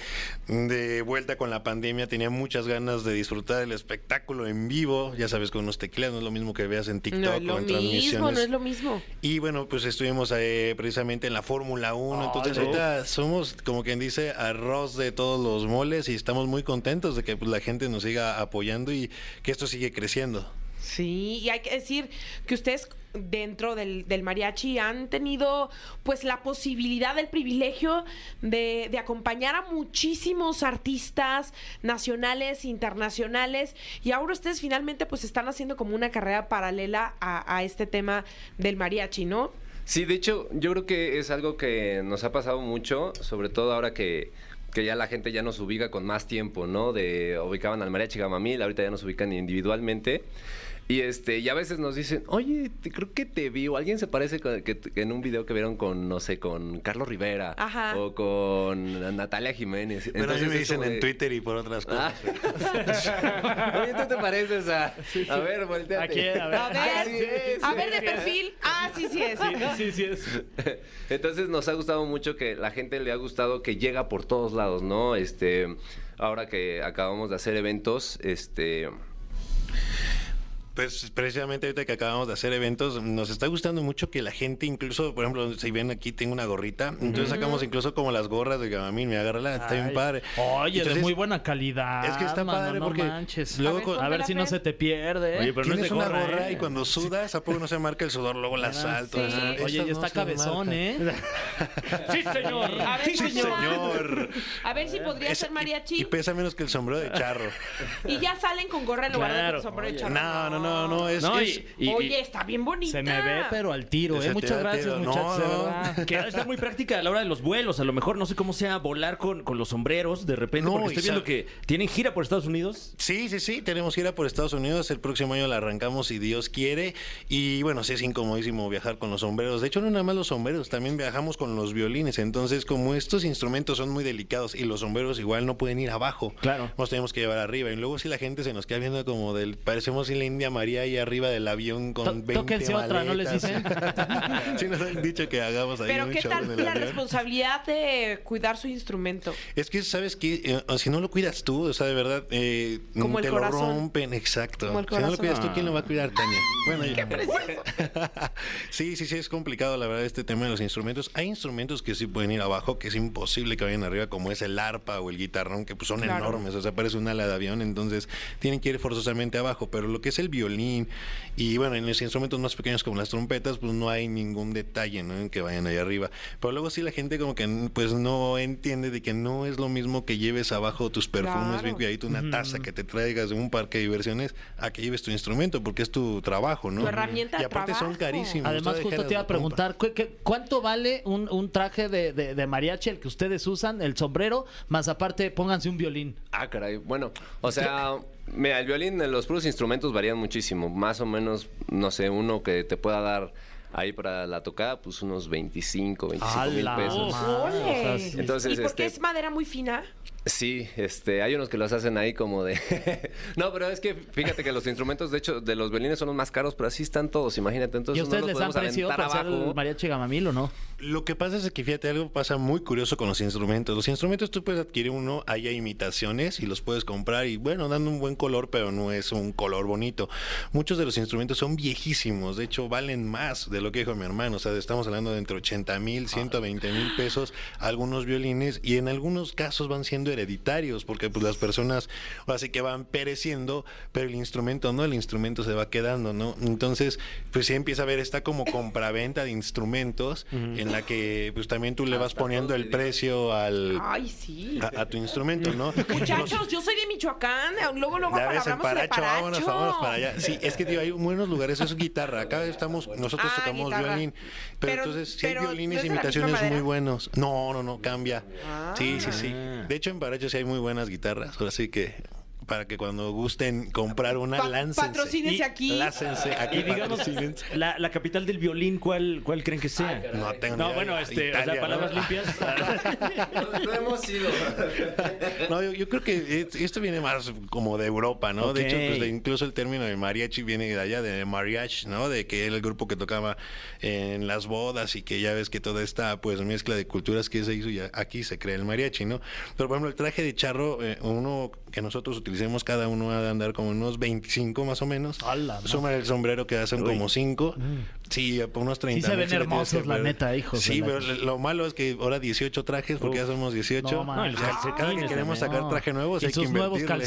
Speaker 8: de vuelta con la pandemia tenía muchas ganas de disfrutar el espectáculo en vivo, ya sabes, con unos tequilas, no es lo mismo que veas en TikTok
Speaker 3: no es
Speaker 8: o
Speaker 3: lo
Speaker 8: en
Speaker 3: mismo,
Speaker 8: transmisiones.
Speaker 3: no es lo mismo.
Speaker 8: Y bueno, pues estuvimos eh, precisamente en la Fórmula 1, entonces ahorita somos, como quien dice, arroz de todos los moles y estamos muy contentos de que pues, la gente nos siga apoyando y que esto sigue creciendo.
Speaker 3: Sí, y hay que decir que ustedes dentro del, del mariachi han tenido pues la posibilidad, el privilegio de, de acompañar a muchísimos artistas nacionales, internacionales, y ahora ustedes finalmente pues están haciendo como una carrera paralela a, a este tema del mariachi, ¿no?
Speaker 9: Sí, de hecho, yo creo que es algo que nos ha pasado mucho, sobre todo ahora que, que ya la gente ya nos ubica con más tiempo, ¿no? De ubicaban al mariachi Gamamil, ahorita ya nos ubican individualmente. Y este, y a veces nos dicen, oye, te- creo que te vi, o alguien se parece con- que, que en un video que vieron con, no sé, con Carlos Rivera
Speaker 3: Ajá.
Speaker 9: o con Natalia Jiménez.
Speaker 8: Bueno, a mí
Speaker 9: Entonces
Speaker 8: me
Speaker 9: es como
Speaker 8: dicen en
Speaker 9: de-
Speaker 8: Twitter y por otras
Speaker 9: Ah.
Speaker 8: cosas.
Speaker 9: [laughs] Oye, ¿tú te pareces a.? A ver, volteate.
Speaker 4: Aquí, a ver.
Speaker 3: A ver,
Speaker 9: [laughs] Así es.
Speaker 3: a ver de perfil, ah, sí, sí es. [laughs]
Speaker 4: Sí, sí, es.
Speaker 9: [laughs] Entonces nos ha gustado mucho que la gente le ha gustado que llega por todos lados, ¿no? Este, ahora que acabamos de hacer eventos, este,
Speaker 8: Pues precisamente ahorita que acabamos de hacer eventos, nos está gustando mucho que la gente, incluso, por ejemplo, si ven aquí, tengo una gorrita, entonces sacamos incluso como las gorras de Gamamín, me agarra está bien
Speaker 4: Ay.
Speaker 8: padre.
Speaker 4: Oye, de
Speaker 8: Entonces,
Speaker 4: muy buena calidad.
Speaker 8: es que está
Speaker 4: mano,
Speaker 8: padre
Speaker 4: no
Speaker 8: porque
Speaker 4: manches.
Speaker 8: luego
Speaker 4: a ver,
Speaker 8: con-
Speaker 4: a ver si no
Speaker 3: póntela,
Speaker 4: se te pierde. ¿eh?
Speaker 5: Oye, pero no es de
Speaker 8: Tienes una
Speaker 5: gorra,
Speaker 8: gorra
Speaker 5: ¿eh?
Speaker 8: y cuando sudas, ¿a poco no se marca el sudor? Luego la salto.
Speaker 3: sí.
Speaker 8: Ajá.
Speaker 4: Ah, Oye,
Speaker 8: Estas
Speaker 4: y
Speaker 8: no
Speaker 4: está
Speaker 8: se
Speaker 4: cabezón,
Speaker 8: marcan. [laughs]
Speaker 4: ¿eh?
Speaker 5: Sí, señor.
Speaker 3: A ver,
Speaker 8: Sí,
Speaker 3: ¿cómo va?
Speaker 8: señor.
Speaker 3: A ver si podría
Speaker 8: Ese-
Speaker 3: ser mariachi.
Speaker 8: Y,
Speaker 3: Y,
Speaker 8: y pesa menos que el sombrero de charro.
Speaker 3: ya salen con gorra en lugar
Speaker 5: Claro.
Speaker 3: de con sombrero de charro.
Speaker 8: No, no, no, no. Es,
Speaker 5: No,
Speaker 8: es-
Speaker 5: y, y- y-
Speaker 3: Oye, está bien bonita.
Speaker 4: Se me ve, pero al tiro,
Speaker 8: Se
Speaker 4: ¿eh?
Speaker 8: te
Speaker 4: Muchas
Speaker 8: da
Speaker 4: gracias,
Speaker 8: tiro. No,
Speaker 4: muchachos. de
Speaker 8: no.
Speaker 4: verdad.
Speaker 5: que ha de estar muy práctica a la hora de los vuelos. A lo mejor no sé cómo sea volar con, con los sombreros de repente.
Speaker 8: No,
Speaker 5: porque
Speaker 8: y
Speaker 5: estoy viendo
Speaker 8: sa-
Speaker 5: que tienen gira por Estados Unidos.
Speaker 8: Sí, sí, sí, tenemos gira por Estados Unidos, el próximo año la arrancamos si Dios quiere y bueno, sí es incomodísimo viajar con los sombreros, de hecho no nada más los sombreros, también viajamos con los violines, entonces como estos instrumentos son muy delicados y los sombreros igual no pueden ir abajo,
Speaker 5: Claro.
Speaker 8: nos tenemos que llevar arriba y luego si la gente se nos queda viendo como del, parecemos en la India María ahí arriba del avión
Speaker 4: [laughs]
Speaker 8: [laughs]
Speaker 4: To-
Speaker 8: con 20
Speaker 4: tóquense otra, ¿no les
Speaker 8: [laughs] maletas. sí, nos han dicho que hagamos ahí
Speaker 3: Pero
Speaker 8: un
Speaker 3: qué
Speaker 8: show en
Speaker 3: tal
Speaker 8: el
Speaker 3: la
Speaker 8: avión.
Speaker 3: responsabilidad de cuidar su instrumento.
Speaker 8: Es que sabes que si no lo cuidas tú, o sea, de verdad, eh,
Speaker 3: Como el
Speaker 8: te lo
Speaker 3: corazón.
Speaker 8: rompen, exacto.
Speaker 3: Como el
Speaker 8: si no
Speaker 3: corazón.
Speaker 8: lo cuidas
Speaker 9: Ah.
Speaker 8: tú, ¿quién lo va a cuidar, Tania? Bueno, ya. sí, sí, sí, es complicado, la verdad, este tema de los instrumentos. Hay instrumentos que sí pueden ir abajo, que es imposible que vayan arriba, como es el arpa o el guitarrón, que pues, son
Speaker 3: Claro.
Speaker 8: enormes, o sea, parece un ala de avión, entonces tienen que ir forzosamente abajo. Pero lo que es el violín, violín. Y bueno, en los instrumentos más pequeños como las trompetas, pues no hay ningún detalle ¿no? en que vayan allá arriba. Pero luego sí la gente como que pues no entiende de que no es lo mismo que lleves abajo tus perfumes
Speaker 3: Claro.
Speaker 8: bien cuidadito, una taza que te traigas de un parque de diversiones a que lleves tu instrumento, porque es tu trabajo, ¿no?
Speaker 3: Tu herramienta
Speaker 8: Y
Speaker 3: de
Speaker 8: aparte son
Speaker 3: trabajo.
Speaker 8: carísimos.
Speaker 4: Además,
Speaker 8: todavía
Speaker 4: justo
Speaker 8: Jera
Speaker 4: te iba a
Speaker 8: lo compra.
Speaker 4: preguntar, ¿cu- qué- ¿cuánto vale un, un traje de, de- de mariachi, el que ustedes usan, el sombrero, más aparte pónganse un violín?
Speaker 9: Ah, caray. Bueno, o sea, mira, el violín, eh, los puros instrumentos varían muchísimo. Más o menos, no sé, uno que te pueda dar ahí para la tocada, pues unos 25, 25 mil
Speaker 4: ¡Ala!
Speaker 9: pesos.
Speaker 4: madre, Ah, o sea,
Speaker 3: ¡Ole!
Speaker 4: sí.
Speaker 9: Entonces,
Speaker 3: ¿Y por qué
Speaker 9: este-
Speaker 3: es madera muy fina?
Speaker 9: Sí, este, hay unos que los hacen ahí como de. [laughs] no, pero es que fíjate que los instrumentos, de hecho, de los violines son los más caros, pero así están todos, imagínate.
Speaker 4: ¿Y
Speaker 9: Entonces,
Speaker 4: a ustedes
Speaker 9: no los
Speaker 4: les han
Speaker 9: podemos
Speaker 4: parecido
Speaker 9: aventar
Speaker 4: para hacer
Speaker 9: abajo.
Speaker 4: el mariachi gamamil o no?
Speaker 8: Lo que pasa es que fíjate, algo pasa muy curioso con los instrumentos. Los instrumentos tú puedes adquirir uno, hay imitaciones y los puedes comprar y bueno, dando un buen color, pero no es un color bonito. Muchos de los instrumentos son viejísimos, de hecho valen más de lo que dijo mi hermano, o sea, estamos hablando de entre 80 mil, 120 mil pesos algunos violines y en algunos casos van siendo hereditarios porque pues las personas ahora sí que van pereciendo, pero el instrumento no, el instrumento se va quedando, ¿no? Entonces, pues sí empieza a haber esta como compraventa de instrumentos en la que pues también tú le
Speaker 3: Ah,
Speaker 8: vas poniendo el Ah, precio al
Speaker 3: Ay, sí.
Speaker 4: [laughs]
Speaker 8: a, a tu instrumento, ¿no?
Speaker 3: Muchachos, yo soy de Michoacán. eh, Luego, luego
Speaker 8: Ya ves, el
Speaker 3: hablamos de
Speaker 8: paracho,
Speaker 3: paracho.
Speaker 8: vámonos, vámonos para allá. Sí, es que tío, hay buenos lugares, eso es guitarra. Acá estamos, nosotros
Speaker 3: Ah,
Speaker 8: tocamos
Speaker 3: guitarra.
Speaker 8: violín. Pero,
Speaker 3: Pero-
Speaker 8: entonces, sí hay
Speaker 3: pero, ¿no
Speaker 8: violines,
Speaker 3: es de la misma
Speaker 8: imitaciones muy
Speaker 3: madera?
Speaker 8: buenos. No, no, no, cambia.
Speaker 3: Ah.
Speaker 8: Sí, sí, sí.
Speaker 5: Ah.
Speaker 8: De hecho, en Paracho sí hay muy buenas guitarras. Ahora sí que, para que cuando gusten comprar una,
Speaker 3: Pa-
Speaker 8: láncense.
Speaker 3: patrocínense
Speaker 8: Y-
Speaker 3: aquí.
Speaker 8: Láncense aquí,
Speaker 5: Y digamos,
Speaker 8: patrocínense.
Speaker 5: la, la capital del violín, ¿cuál, cuál creen que sea?
Speaker 8: No tengo ni
Speaker 5: no,
Speaker 8: idea.
Speaker 5: bueno, este, o
Speaker 8: Italia,
Speaker 5: sea, palabras
Speaker 8: ¿no?
Speaker 5: limpias.
Speaker 9: No hemos ido.
Speaker 8: No, yo, yo creo que es- esto viene más como de Europa, ¿no? De hecho,
Speaker 5: Ok.
Speaker 8: pues, de- incluso el término de mariachi viene de allá, de mariage, ¿no? De que era el grupo que tocaba en las bodas y que ya ves que toda esta pues mezcla de culturas que se hizo y a- aquí se crea el mariachi, ¿no? Pero por ejemplo, el traje de charro, eh, uno que nosotros utilicemos cada uno ha de andar como unos 25 más o menos.
Speaker 4: ¡Hala, no!
Speaker 8: Suma el sombrero que hacen como 5. Sí, por unos 30.
Speaker 4: Mm. Sí se ven
Speaker 8: le tienes
Speaker 4: hermosos,
Speaker 8: que
Speaker 4: la
Speaker 8: ver.
Speaker 4: neta, hijos de
Speaker 8: Sí,
Speaker 4: la-
Speaker 8: pero lo malo es que ahora 18 trajes porque ya somos 18.
Speaker 4: No, man.
Speaker 5: No, y los
Speaker 8: Cada- Cada que
Speaker 5: calcetines
Speaker 8: queremos
Speaker 5: también.
Speaker 8: sacar traje nuevo, sí
Speaker 4: y
Speaker 8: hay que
Speaker 4: sus nuevos
Speaker 8: invertirle.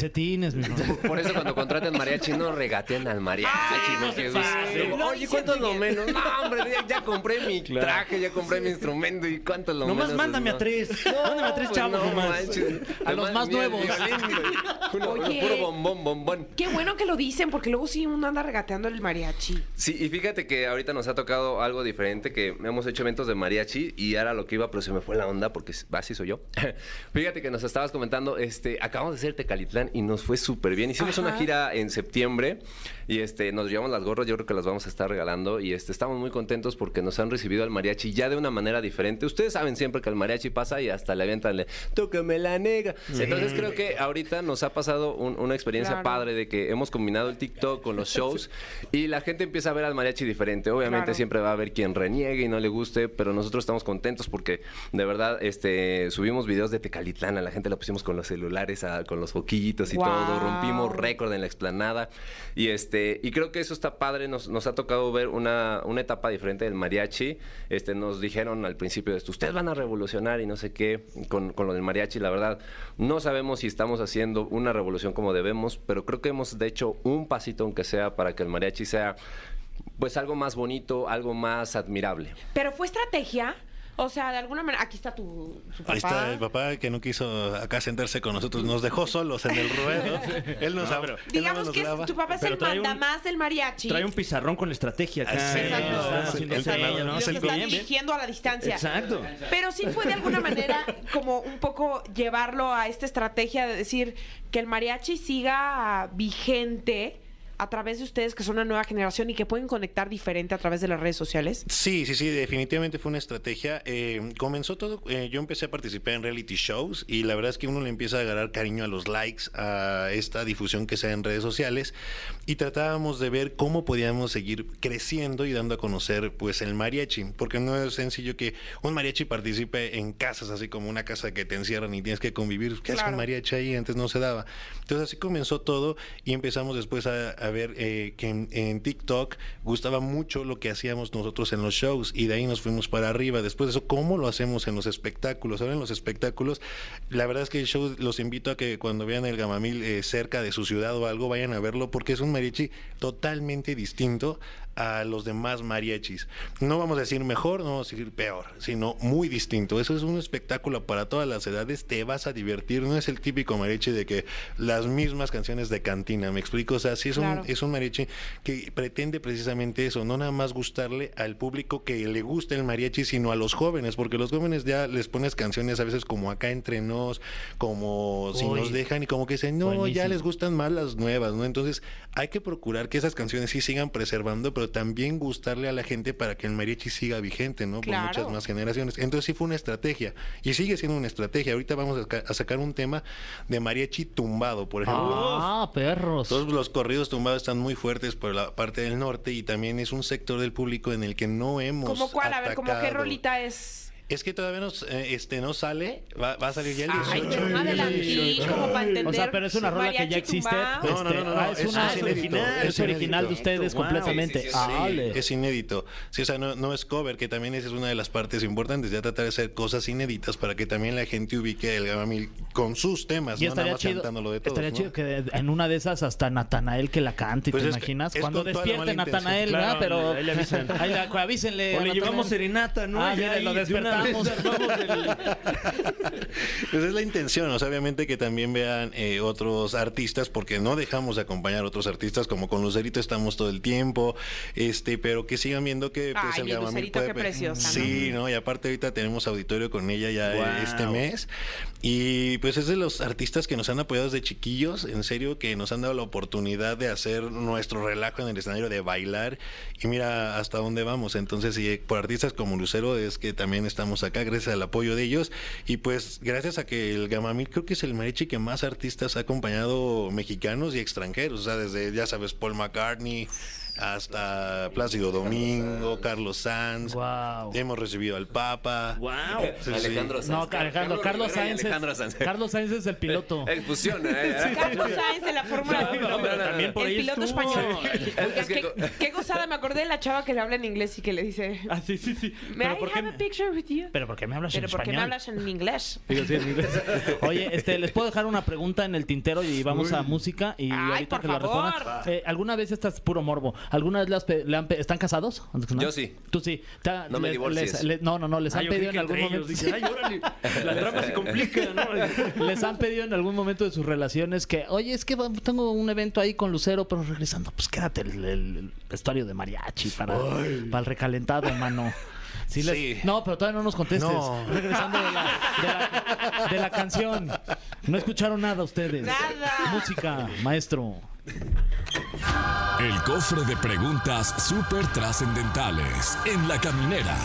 Speaker 8: [laughs]
Speaker 4: calcetines, mi amor.
Speaker 9: Por eso cuando contratan mariachi no regatean al mariachi.
Speaker 5: no
Speaker 9: porque
Speaker 5: se
Speaker 9: dicen,
Speaker 5: pasen.
Speaker 3: Lo
Speaker 9: Oye,
Speaker 3: dicen
Speaker 9: ¿cuánto es lo
Speaker 3: bien.
Speaker 9: menos? No, hombre, ya, ya compré mi traje, ya compré mi instrumento y ¿cuánto es lo menos?
Speaker 5: Nomás mándame a
Speaker 9: No.
Speaker 5: tres. Mándame a tres
Speaker 9: güey,
Speaker 5: chavos
Speaker 9: no
Speaker 5: nomás.
Speaker 9: manches.
Speaker 4: A los
Speaker 9: Nomás
Speaker 4: más
Speaker 9: ni el
Speaker 4: nuevos.
Speaker 9: violín, güey. Uno-
Speaker 3: Oye.
Speaker 9: Puro bombón, bombón.
Speaker 3: Qué bueno que lo dicen, porque luego sí uno anda regateando el mariachi.
Speaker 9: Sí, y fíjate que ahorita nos ha tocado algo diferente, que hemos hecho eventos de mariachi y ahora lo que iba, pero se me fue la onda porque así soy yo. [laughs] fíjate que nos estabas comentando, este, acabamos de hacer Tecalitlán y nos fue súper bien. Hicimos una
Speaker 3: Ajá.
Speaker 9: gira en septiembre y este, nos llevamos las gorras, yo creo que las vamos a estar regalando y este, estamos muy contentos porque nos han recibido al mariachi ya de una manera diferente. Ustedes saben siempre que el mariachi pasa y hasta le avientan, le, tócame la negra. Entonces creo que ahorita nos ha pasado un- una experiencia
Speaker 3: Claro.
Speaker 9: padre de que hemos combinado el TikTok con los shows y la gente empieza a ver al mariachi diferente. Obviamente
Speaker 3: Claro.
Speaker 9: siempre va a haber quien reniegue y no le guste, pero nosotros estamos contentos porque de verdad este subimos videos de Tecalitlán, a la gente la pusimos con los celulares, a- con los foquillitos y
Speaker 3: Guau.
Speaker 9: todo, rompimos récord en la explanada y este y creo que eso está padre, nos, nos ha tocado ver una, una etapa diferente del mariachi. Este nos dijeron al principio de esto, ustedes van a revolucionar y no sé qué con, con lo del mariachi, la verdad no sabemos si estamos haciendo una revolución como debemos, pero creo que hemos de hecho un pasito aunque sea para que el mariachi sea pues algo más bonito, algo más admirable.
Speaker 3: Pero fue estrategia. O sea, de alguna manera, aquí está tu, tu papá.
Speaker 8: Ahí está el papá que no quiso acá sentarse con nosotros, nos dejó solos en el ruedo. él nos abrió.
Speaker 3: Digamos que es- tu papá es
Speaker 5: Pero
Speaker 3: el
Speaker 5: trae un-
Speaker 3: mandamás del mariachi.
Speaker 5: Trae un pizarrón con la estrategia acá.
Speaker 8: Sí,
Speaker 3: Exacto.
Speaker 5: Están haciendo
Speaker 8: El
Speaker 5: señas,
Speaker 8: ganador,
Speaker 5: ¿no?
Speaker 3: Los
Speaker 8: es el
Speaker 3: está
Speaker 5: Bien, bien.
Speaker 3: dirigiendo a la distancia.
Speaker 5: Exacto.
Speaker 3: Pero sí fue de alguna manera como un poco llevarlo a esta estrategia de decir que el mariachi siga vigente a través de ustedes que son una nueva generación y que pueden conectar diferente a través de las redes sociales.
Speaker 8: Sí, sí, sí, definitivamente fue una estrategia. Eh, comenzó todo, eh, yo empecé a participar en reality shows y la verdad es que uno le empieza a agarrar cariño a los likes, a esta difusión que sea en redes sociales y tratábamos de ver cómo podíamos seguir creciendo y dando a conocer pues el mariachi, porque no es sencillo que un mariachi participe en casas, así como una casa que te encierran y tienes que convivir. ¿Qué hace
Speaker 3: Claro.
Speaker 8: un mariachi ahí? Antes no se daba. Entonces así comenzó todo y empezamos después a, a ver eh, que en, en TikTok gustaba mucho lo que hacíamos nosotros en los shows y de ahí nos fuimos para arriba. Después de eso, ¿cómo lo hacemos en los espectáculos? Ahora en los espectáculos, la verdad es que el show los invito a que cuando vean el Gamamil eh, cerca de su ciudad o algo, vayan a verlo porque es un mariachi totalmente distinto a los demás mariachis. No vamos a decir mejor, no vamos a decir peor, sino muy distinto. Eso es un espectáculo para todas las edades, te vas a divertir, no es el típico mariachi de que las mismas canciones de cantina, me explico, o sea, sí es,
Speaker 3: Claro.
Speaker 8: un, es un mariachi que pretende precisamente eso, no nada más gustarle al público que le gusta el mariachi, sino a los jóvenes, porque los jóvenes ya les pones canciones a veces como acá entre nos, como si
Speaker 4: Uy.
Speaker 8: nos dejan y como que dicen, no, ya
Speaker 4: Buenísimo.
Speaker 8: les gustan más las nuevas, ¿no? Entonces hay que procurar que esas canciones sí sigan preservando, pero también gustarle a la gente para que el mariachi siga vigente, ¿no? Por
Speaker 3: Claro.
Speaker 8: muchas más generaciones. Entonces sí fue una estrategia y sigue siendo una estrategia. Ahorita vamos a, ca- a sacar un tema de mariachi tumbado, por ejemplo.
Speaker 4: Ah, perros.
Speaker 8: Todos los corridos tumbados están muy fuertes por la parte del norte y también es un sector del público en el que no hemos
Speaker 3: ¿Cómo cuál? A ver, ¿cómo qué
Speaker 8: atacado.
Speaker 3: rolita es?
Speaker 8: Es que todavía no, s- eh, este, no sale, va, va a salir ya el
Speaker 3: Ay,
Speaker 8: 18.
Speaker 3: pero un adelantín, como para entender.
Speaker 4: O sea, pero es una rola que ya
Speaker 3: Mariachi
Speaker 4: existe.
Speaker 8: No,
Speaker 3: tumbado.
Speaker 8: no,
Speaker 4: este,
Speaker 8: no, no,
Speaker 4: ah, es,
Speaker 8: es
Speaker 4: una-
Speaker 8: un
Speaker 4: es
Speaker 8: inédito,
Speaker 4: original, es
Speaker 8: es
Speaker 4: original de
Speaker 8: inédito.
Speaker 4: ustedes
Speaker 9: Wow.
Speaker 4: completamente.
Speaker 9: Sí, sí, sí.
Speaker 4: Ah, ale.
Speaker 8: Es inédito. Sí, o sea, no, no es cover, que también esa es una de las partes importantes. Ya tratar de hacer cosas inéditas para que también la gente ubique el Gamamil con sus temas,
Speaker 4: Y
Speaker 8: no nada
Speaker 4: estaría
Speaker 8: más
Speaker 4: chido,
Speaker 8: cantándolo de todos.
Speaker 4: estaría
Speaker 8: ¿no?
Speaker 4: chido que en una de esas hasta Natanael que la cante,
Speaker 8: Pues
Speaker 4: ¿te
Speaker 8: es que-
Speaker 4: imaginas?
Speaker 8: es
Speaker 4: Cuando
Speaker 8: con toda la mala
Speaker 4: despierte
Speaker 8: intención.
Speaker 4: Natanael,
Speaker 5: Claro,
Speaker 4: ¿verdad? Pero [laughs]
Speaker 5: ahí le avisan.
Speaker 4: Ahí la- pues, avísenle. a
Speaker 5: O le
Speaker 4: Natanael.
Speaker 5: llevamos serenata, ¿no?
Speaker 4: Ah,
Speaker 5: Y
Speaker 4: mira,
Speaker 5: ahí de
Speaker 4: lo
Speaker 5: una vez [laughs]
Speaker 4: despertamos.
Speaker 5: salvamos el-
Speaker 8: Pues es la intención, o sea, obviamente que también vean eh, otros artistas, porque no dejamos de acompañar a otros artistas, como con Lucerito estamos todo el tiempo, este, pero que sigan viendo que pues,
Speaker 3: Ay,
Speaker 8: el
Speaker 3: mi
Speaker 8: Gamamil
Speaker 3: Lucerito, qué preciosa,
Speaker 8: Sí, ¿no? Y aparte ahorita tenemos auditorio con ella ya eh,
Speaker 5: Guau.
Speaker 8: este mes. Y pues es de los artistas que nos han apoyado desde chiquillos, en serio, que nos han dado la oportunidad de hacer nuestro relajo en el escenario, de bailar. Y mira hasta dónde vamos. Entonces, y eh, por artistas como Lucero es que también estamos acá, gracias al apoyo de ellos. Y pues gracias a que el Gamamil creo que es el mariachi que más artistas ha acompañado mexicanos y extranjeros. O sea, desde, ya sabes, Paul McCartney hasta Plácido Domingo, Carlos Sanz.
Speaker 4: Guau.
Speaker 8: Hemos recibido al Papa.
Speaker 5: ¡Wow!
Speaker 8: Sí, sí.
Speaker 9: Alejandro
Speaker 4: No,
Speaker 9: Sanz.
Speaker 4: Alejandro, Carlos
Speaker 9: Rivera y
Speaker 4: Sáenz.
Speaker 9: Alejandro
Speaker 4: es-
Speaker 9: Sanz.
Speaker 4: Carlos Sáenz es el piloto.
Speaker 9: Fusiona, ¿eh?
Speaker 3: Carlos Sainz de la Fórmula 1.
Speaker 5: no, pero también por ahí
Speaker 3: el piloto
Speaker 5: estuvo.
Speaker 4: [laughs]
Speaker 3: español. Oiga,
Speaker 9: Es que
Speaker 3: qué,
Speaker 9: co-
Speaker 3: qué gozada, me acordé de la chava que le habla en inglés y que le dice,
Speaker 5: Ah, sí, sí, sí.
Speaker 3: ¿May I
Speaker 4: por qué
Speaker 3: have
Speaker 4: me-
Speaker 3: a picture with you?
Speaker 4: Pero ¿por qué me hablas
Speaker 3: Pero
Speaker 4: en
Speaker 3: ¿por qué me
Speaker 4: español?
Speaker 3: hablas en inglés?
Speaker 4: Digo, [laughs] sí, en inglés. Oye, este, les puedo dejar una pregunta en el tintero y vamos a música y
Speaker 3: Ay,
Speaker 4: ahorita
Speaker 3: por
Speaker 4: que la
Speaker 3: favor.
Speaker 4: respondan. Eh, ¿Alguna vez estás puro morbo? ¿Alguna vez le has pe- le han pe- están casados? ¿No?
Speaker 9: Yo sí.
Speaker 4: Tú sí. ¿Te ha-
Speaker 9: No me divorcies.
Speaker 4: les- les- no, no, no. ¿Les
Speaker 5: Ah,
Speaker 4: han
Speaker 5: yo creí
Speaker 4: pedido en
Speaker 5: que
Speaker 4: algún
Speaker 5: entre
Speaker 4: momento?
Speaker 5: ellos. Dije, ay, órale, la trama se complica, ¿no?
Speaker 4: [laughs]
Speaker 5: [laughs]
Speaker 4: ¿Les han pedido en algún momento de sus relaciones que, oye, es que va- tengo un evento ahí con Lucero, pero regresando, pues quédate el, el vestuario de mariachi para, para el recalentado, mano? Sí les-
Speaker 8: Sí.
Speaker 4: No, pero todavía no nos contestes.
Speaker 8: No.
Speaker 4: Regresando de la, de la- de la canción. No escucharon nada ustedes.
Speaker 3: Nada.
Speaker 4: Música, maestro.
Speaker 2: El cofre de preguntas súper trascendentales en la caminera.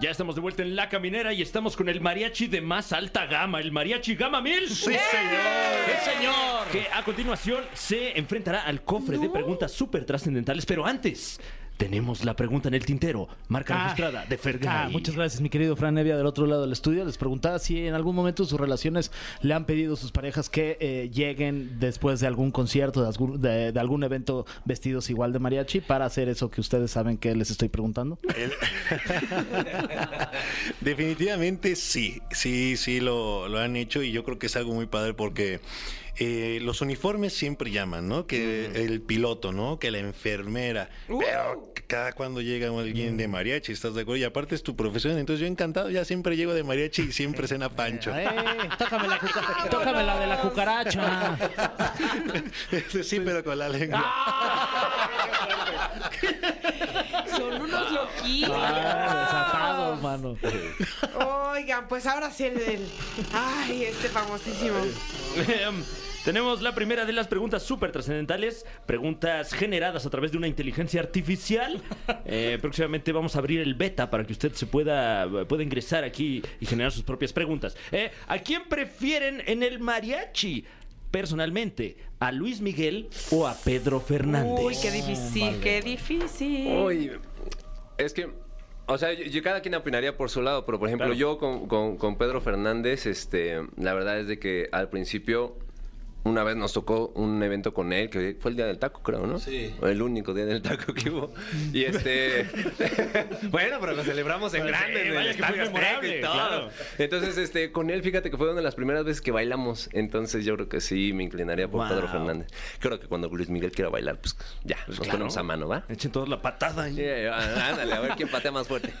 Speaker 5: Ya estamos de vuelta en La Caminera y estamos con el mariachi de más alta gama, el mariachi Gama Mil. ¡Sí, señor! ¡Sí, señor! Que a continuación se enfrentará al cofre de preguntas súper trascendentales, pero antes tenemos la pregunta en el tintero, marca
Speaker 4: Ah.
Speaker 5: registrada de
Speaker 4: Ah,
Speaker 5: Fergay.
Speaker 4: muchas gracias, mi querido Fran Nevia, del otro lado del estudio. Les preguntaba si en algún momento de sus relaciones le han pedido a sus parejas que eh, lleguen después de algún concierto, de algún, de- de algún evento vestidos igual de mariachi para hacer eso que ustedes saben que les estoy preguntando.
Speaker 8: Definitivamente sí, sí, sí lo, lo han hecho y yo creo que es algo muy padre porque eh, los uniformes siempre llaman, ¿no? Que el piloto, ¿no? Que la enfermera.
Speaker 4: Uh.
Speaker 8: Pero cada cuando llega alguien
Speaker 4: Mm.
Speaker 8: de mariachi, ¿estás de acuerdo? Y aparte es tu profesión, entonces yo encantado, ya siempre llego de mariachi y
Speaker 4: [laughs]
Speaker 8: siempre cena pancho.
Speaker 4: [laughs] Eh, tócame, la cuca- tócame la de la cucaracha. eh.
Speaker 8: [laughs] sí, pero con la
Speaker 4: Ah.
Speaker 8: lengua.
Speaker 3: [laughs] Son unos loquitos.
Speaker 4: Ah, desatado, mano.
Speaker 3: Oigan, pues ahora sí el del... Ay, este famosísimo.
Speaker 5: Em, [laughs] Tenemos la primera de las preguntas súper trascendentales, preguntas generadas a través de una inteligencia artificial. Eh, próximamente vamos a abrir el beta para que usted se pueda, pueda ingresar aquí y generar sus propias preguntas. Eh, ¿A quién prefieren en el mariachi? Personalmente, ¿a Luis Miguel o a Pedro Fernández?
Speaker 3: Uy, qué difícil, qué difícil.
Speaker 9: Uy, es que, o sea, yo, yo cada quien opinaría por su lado, pero por ejemplo, yo con, con- con Pedro Fernández, este, la verdad es de que al principio Una vez nos tocó un evento con él, que fue el día del taco, creo, ¿no? Sí. El único día del taco que hubo. Y este. [laughs] bueno, pero lo celebramos en
Speaker 5: Pero Pues, sí,
Speaker 9: grande, en el
Speaker 5: vaya que fue
Speaker 9: Estadio Azteca
Speaker 5: memorable,
Speaker 9: y todo.
Speaker 5: claro.
Speaker 9: Entonces, este, con él, fíjate que fue una de las primeras veces que bailamos. Entonces, yo creo que sí me inclinaría por
Speaker 5: Wow.
Speaker 9: Pedro Fernández. Creo que cuando Luis Miguel quiera bailar, pues ya, nos
Speaker 5: Claro.
Speaker 9: ponemos a mano, ¿va?
Speaker 5: Echen todos la patada. ahí.
Speaker 9: Sí, á- ándale, a ver quién patea más fuerte.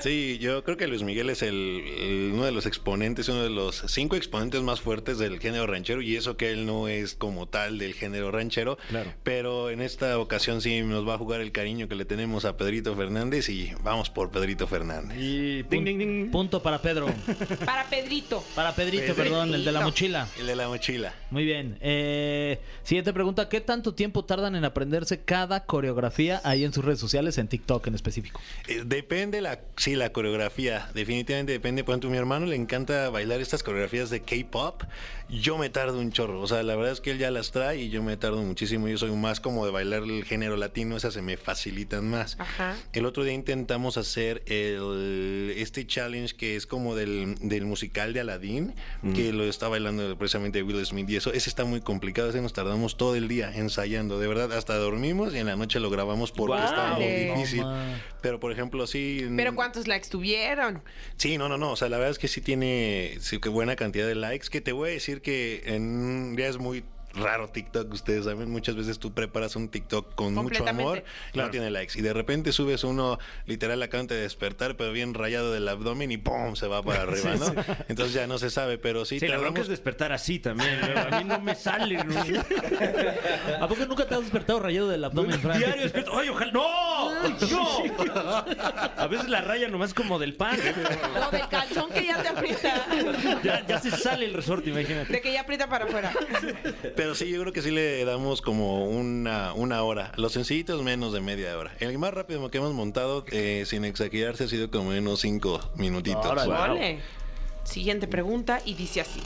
Speaker 8: Sí, yo creo que Luis Miguel es el, el- uno de los exponentes, uno de los cinco exponentes más fuertes del género ranchero y eso que él no es como tal del género ranchero,
Speaker 4: Claro.
Speaker 8: pero en esta ocasión sí nos va a jugar el cariño que le tenemos a Pedrito Fernández y vamos por Pedrito Fernández.
Speaker 5: Y ding, ding, ding.
Speaker 4: Punto para Pedro.
Speaker 3: Para Pedrito.
Speaker 4: Para Pedrito,
Speaker 8: Pedrito.
Speaker 4: perdón, el de la mochila.
Speaker 8: El de la mochila.
Speaker 4: Muy bien. Eh, siguiente pregunta. ¿Qué tanto tiempo tardan en aprenderse cada coreografía ahí en sus redes sociales, en TikTok en específico?
Speaker 8: Eh, Depende la, sí, la coreografía. Definitivamente depende. Por ejemplo, a mi hermano le encanta bailar estas coreografías de K-pop. Yo me tardo un chorro. O sea, la verdad es que él ya las trae y yo me tardo muchísimo. Yo soy más como de bailar el género latino, esas se me facilitan más.
Speaker 3: Ajá.
Speaker 8: El otro día intentamos hacer el, este challenge que es como del, del musical de Aladdin, que lo está bailando precisamente Will Smith y eso. Ese está muy complicado, ese nos tardamos todo el día ensayando. De verdad, hasta dormimos y en la noche lo grabamos porque
Speaker 5: Guau.
Speaker 8: está muy
Speaker 3: Órale.
Speaker 8: difícil.
Speaker 4: No, ma.
Speaker 8: Pero por ejemplo, sí.
Speaker 3: Pero
Speaker 8: mm,
Speaker 3: ¿cuántos likes tuvieron?
Speaker 8: Sí, no, no, no. O sea, la verdad es que sí tiene sí, que buena cantidad de likes. Que te voy a decir que en ya es muy raro TikTok, ustedes saben, muchas veces tú preparas un TikTok con mucho
Speaker 3: Completamente.
Speaker 8: amor, no tiene likes y de repente subes uno literal acaban de despertar, pero bien rayado del abdomen y pum, se va para
Speaker 5: [laughs]
Speaker 8: arriba, ¿no? Entonces ya no se sabe, pero sí,
Speaker 5: Sí, la bronca
Speaker 8: tardamos-
Speaker 5: es despertar así también. ¿no? A mí no me sale.
Speaker 3: [laughs]
Speaker 5: ¿no?
Speaker 4: ¿A poco nunca te has despertado rayado del abdomen,
Speaker 5: [laughs]
Speaker 4: Fran?
Speaker 5: Diario despierto. ¡Ay, ojalá! ¡No!
Speaker 3: [laughs]
Speaker 5: ¡No! A veces la raya nomás como del pan. ¿eh?
Speaker 3: Lo del calzón que ya te aprieta.
Speaker 5: Ya, ya se sale el resorte, imagínate.
Speaker 3: [laughs] De que ya aprieta para afuera.
Speaker 8: Pero sí, yo creo que sí le damos como una, una hora. Los sencillitos menos de media hora. El más rápido que hemos montado, eh, sin exagerarse, ha sido como unos cinco minutitos.
Speaker 3: Vale. Siguiente pregunta y dice así.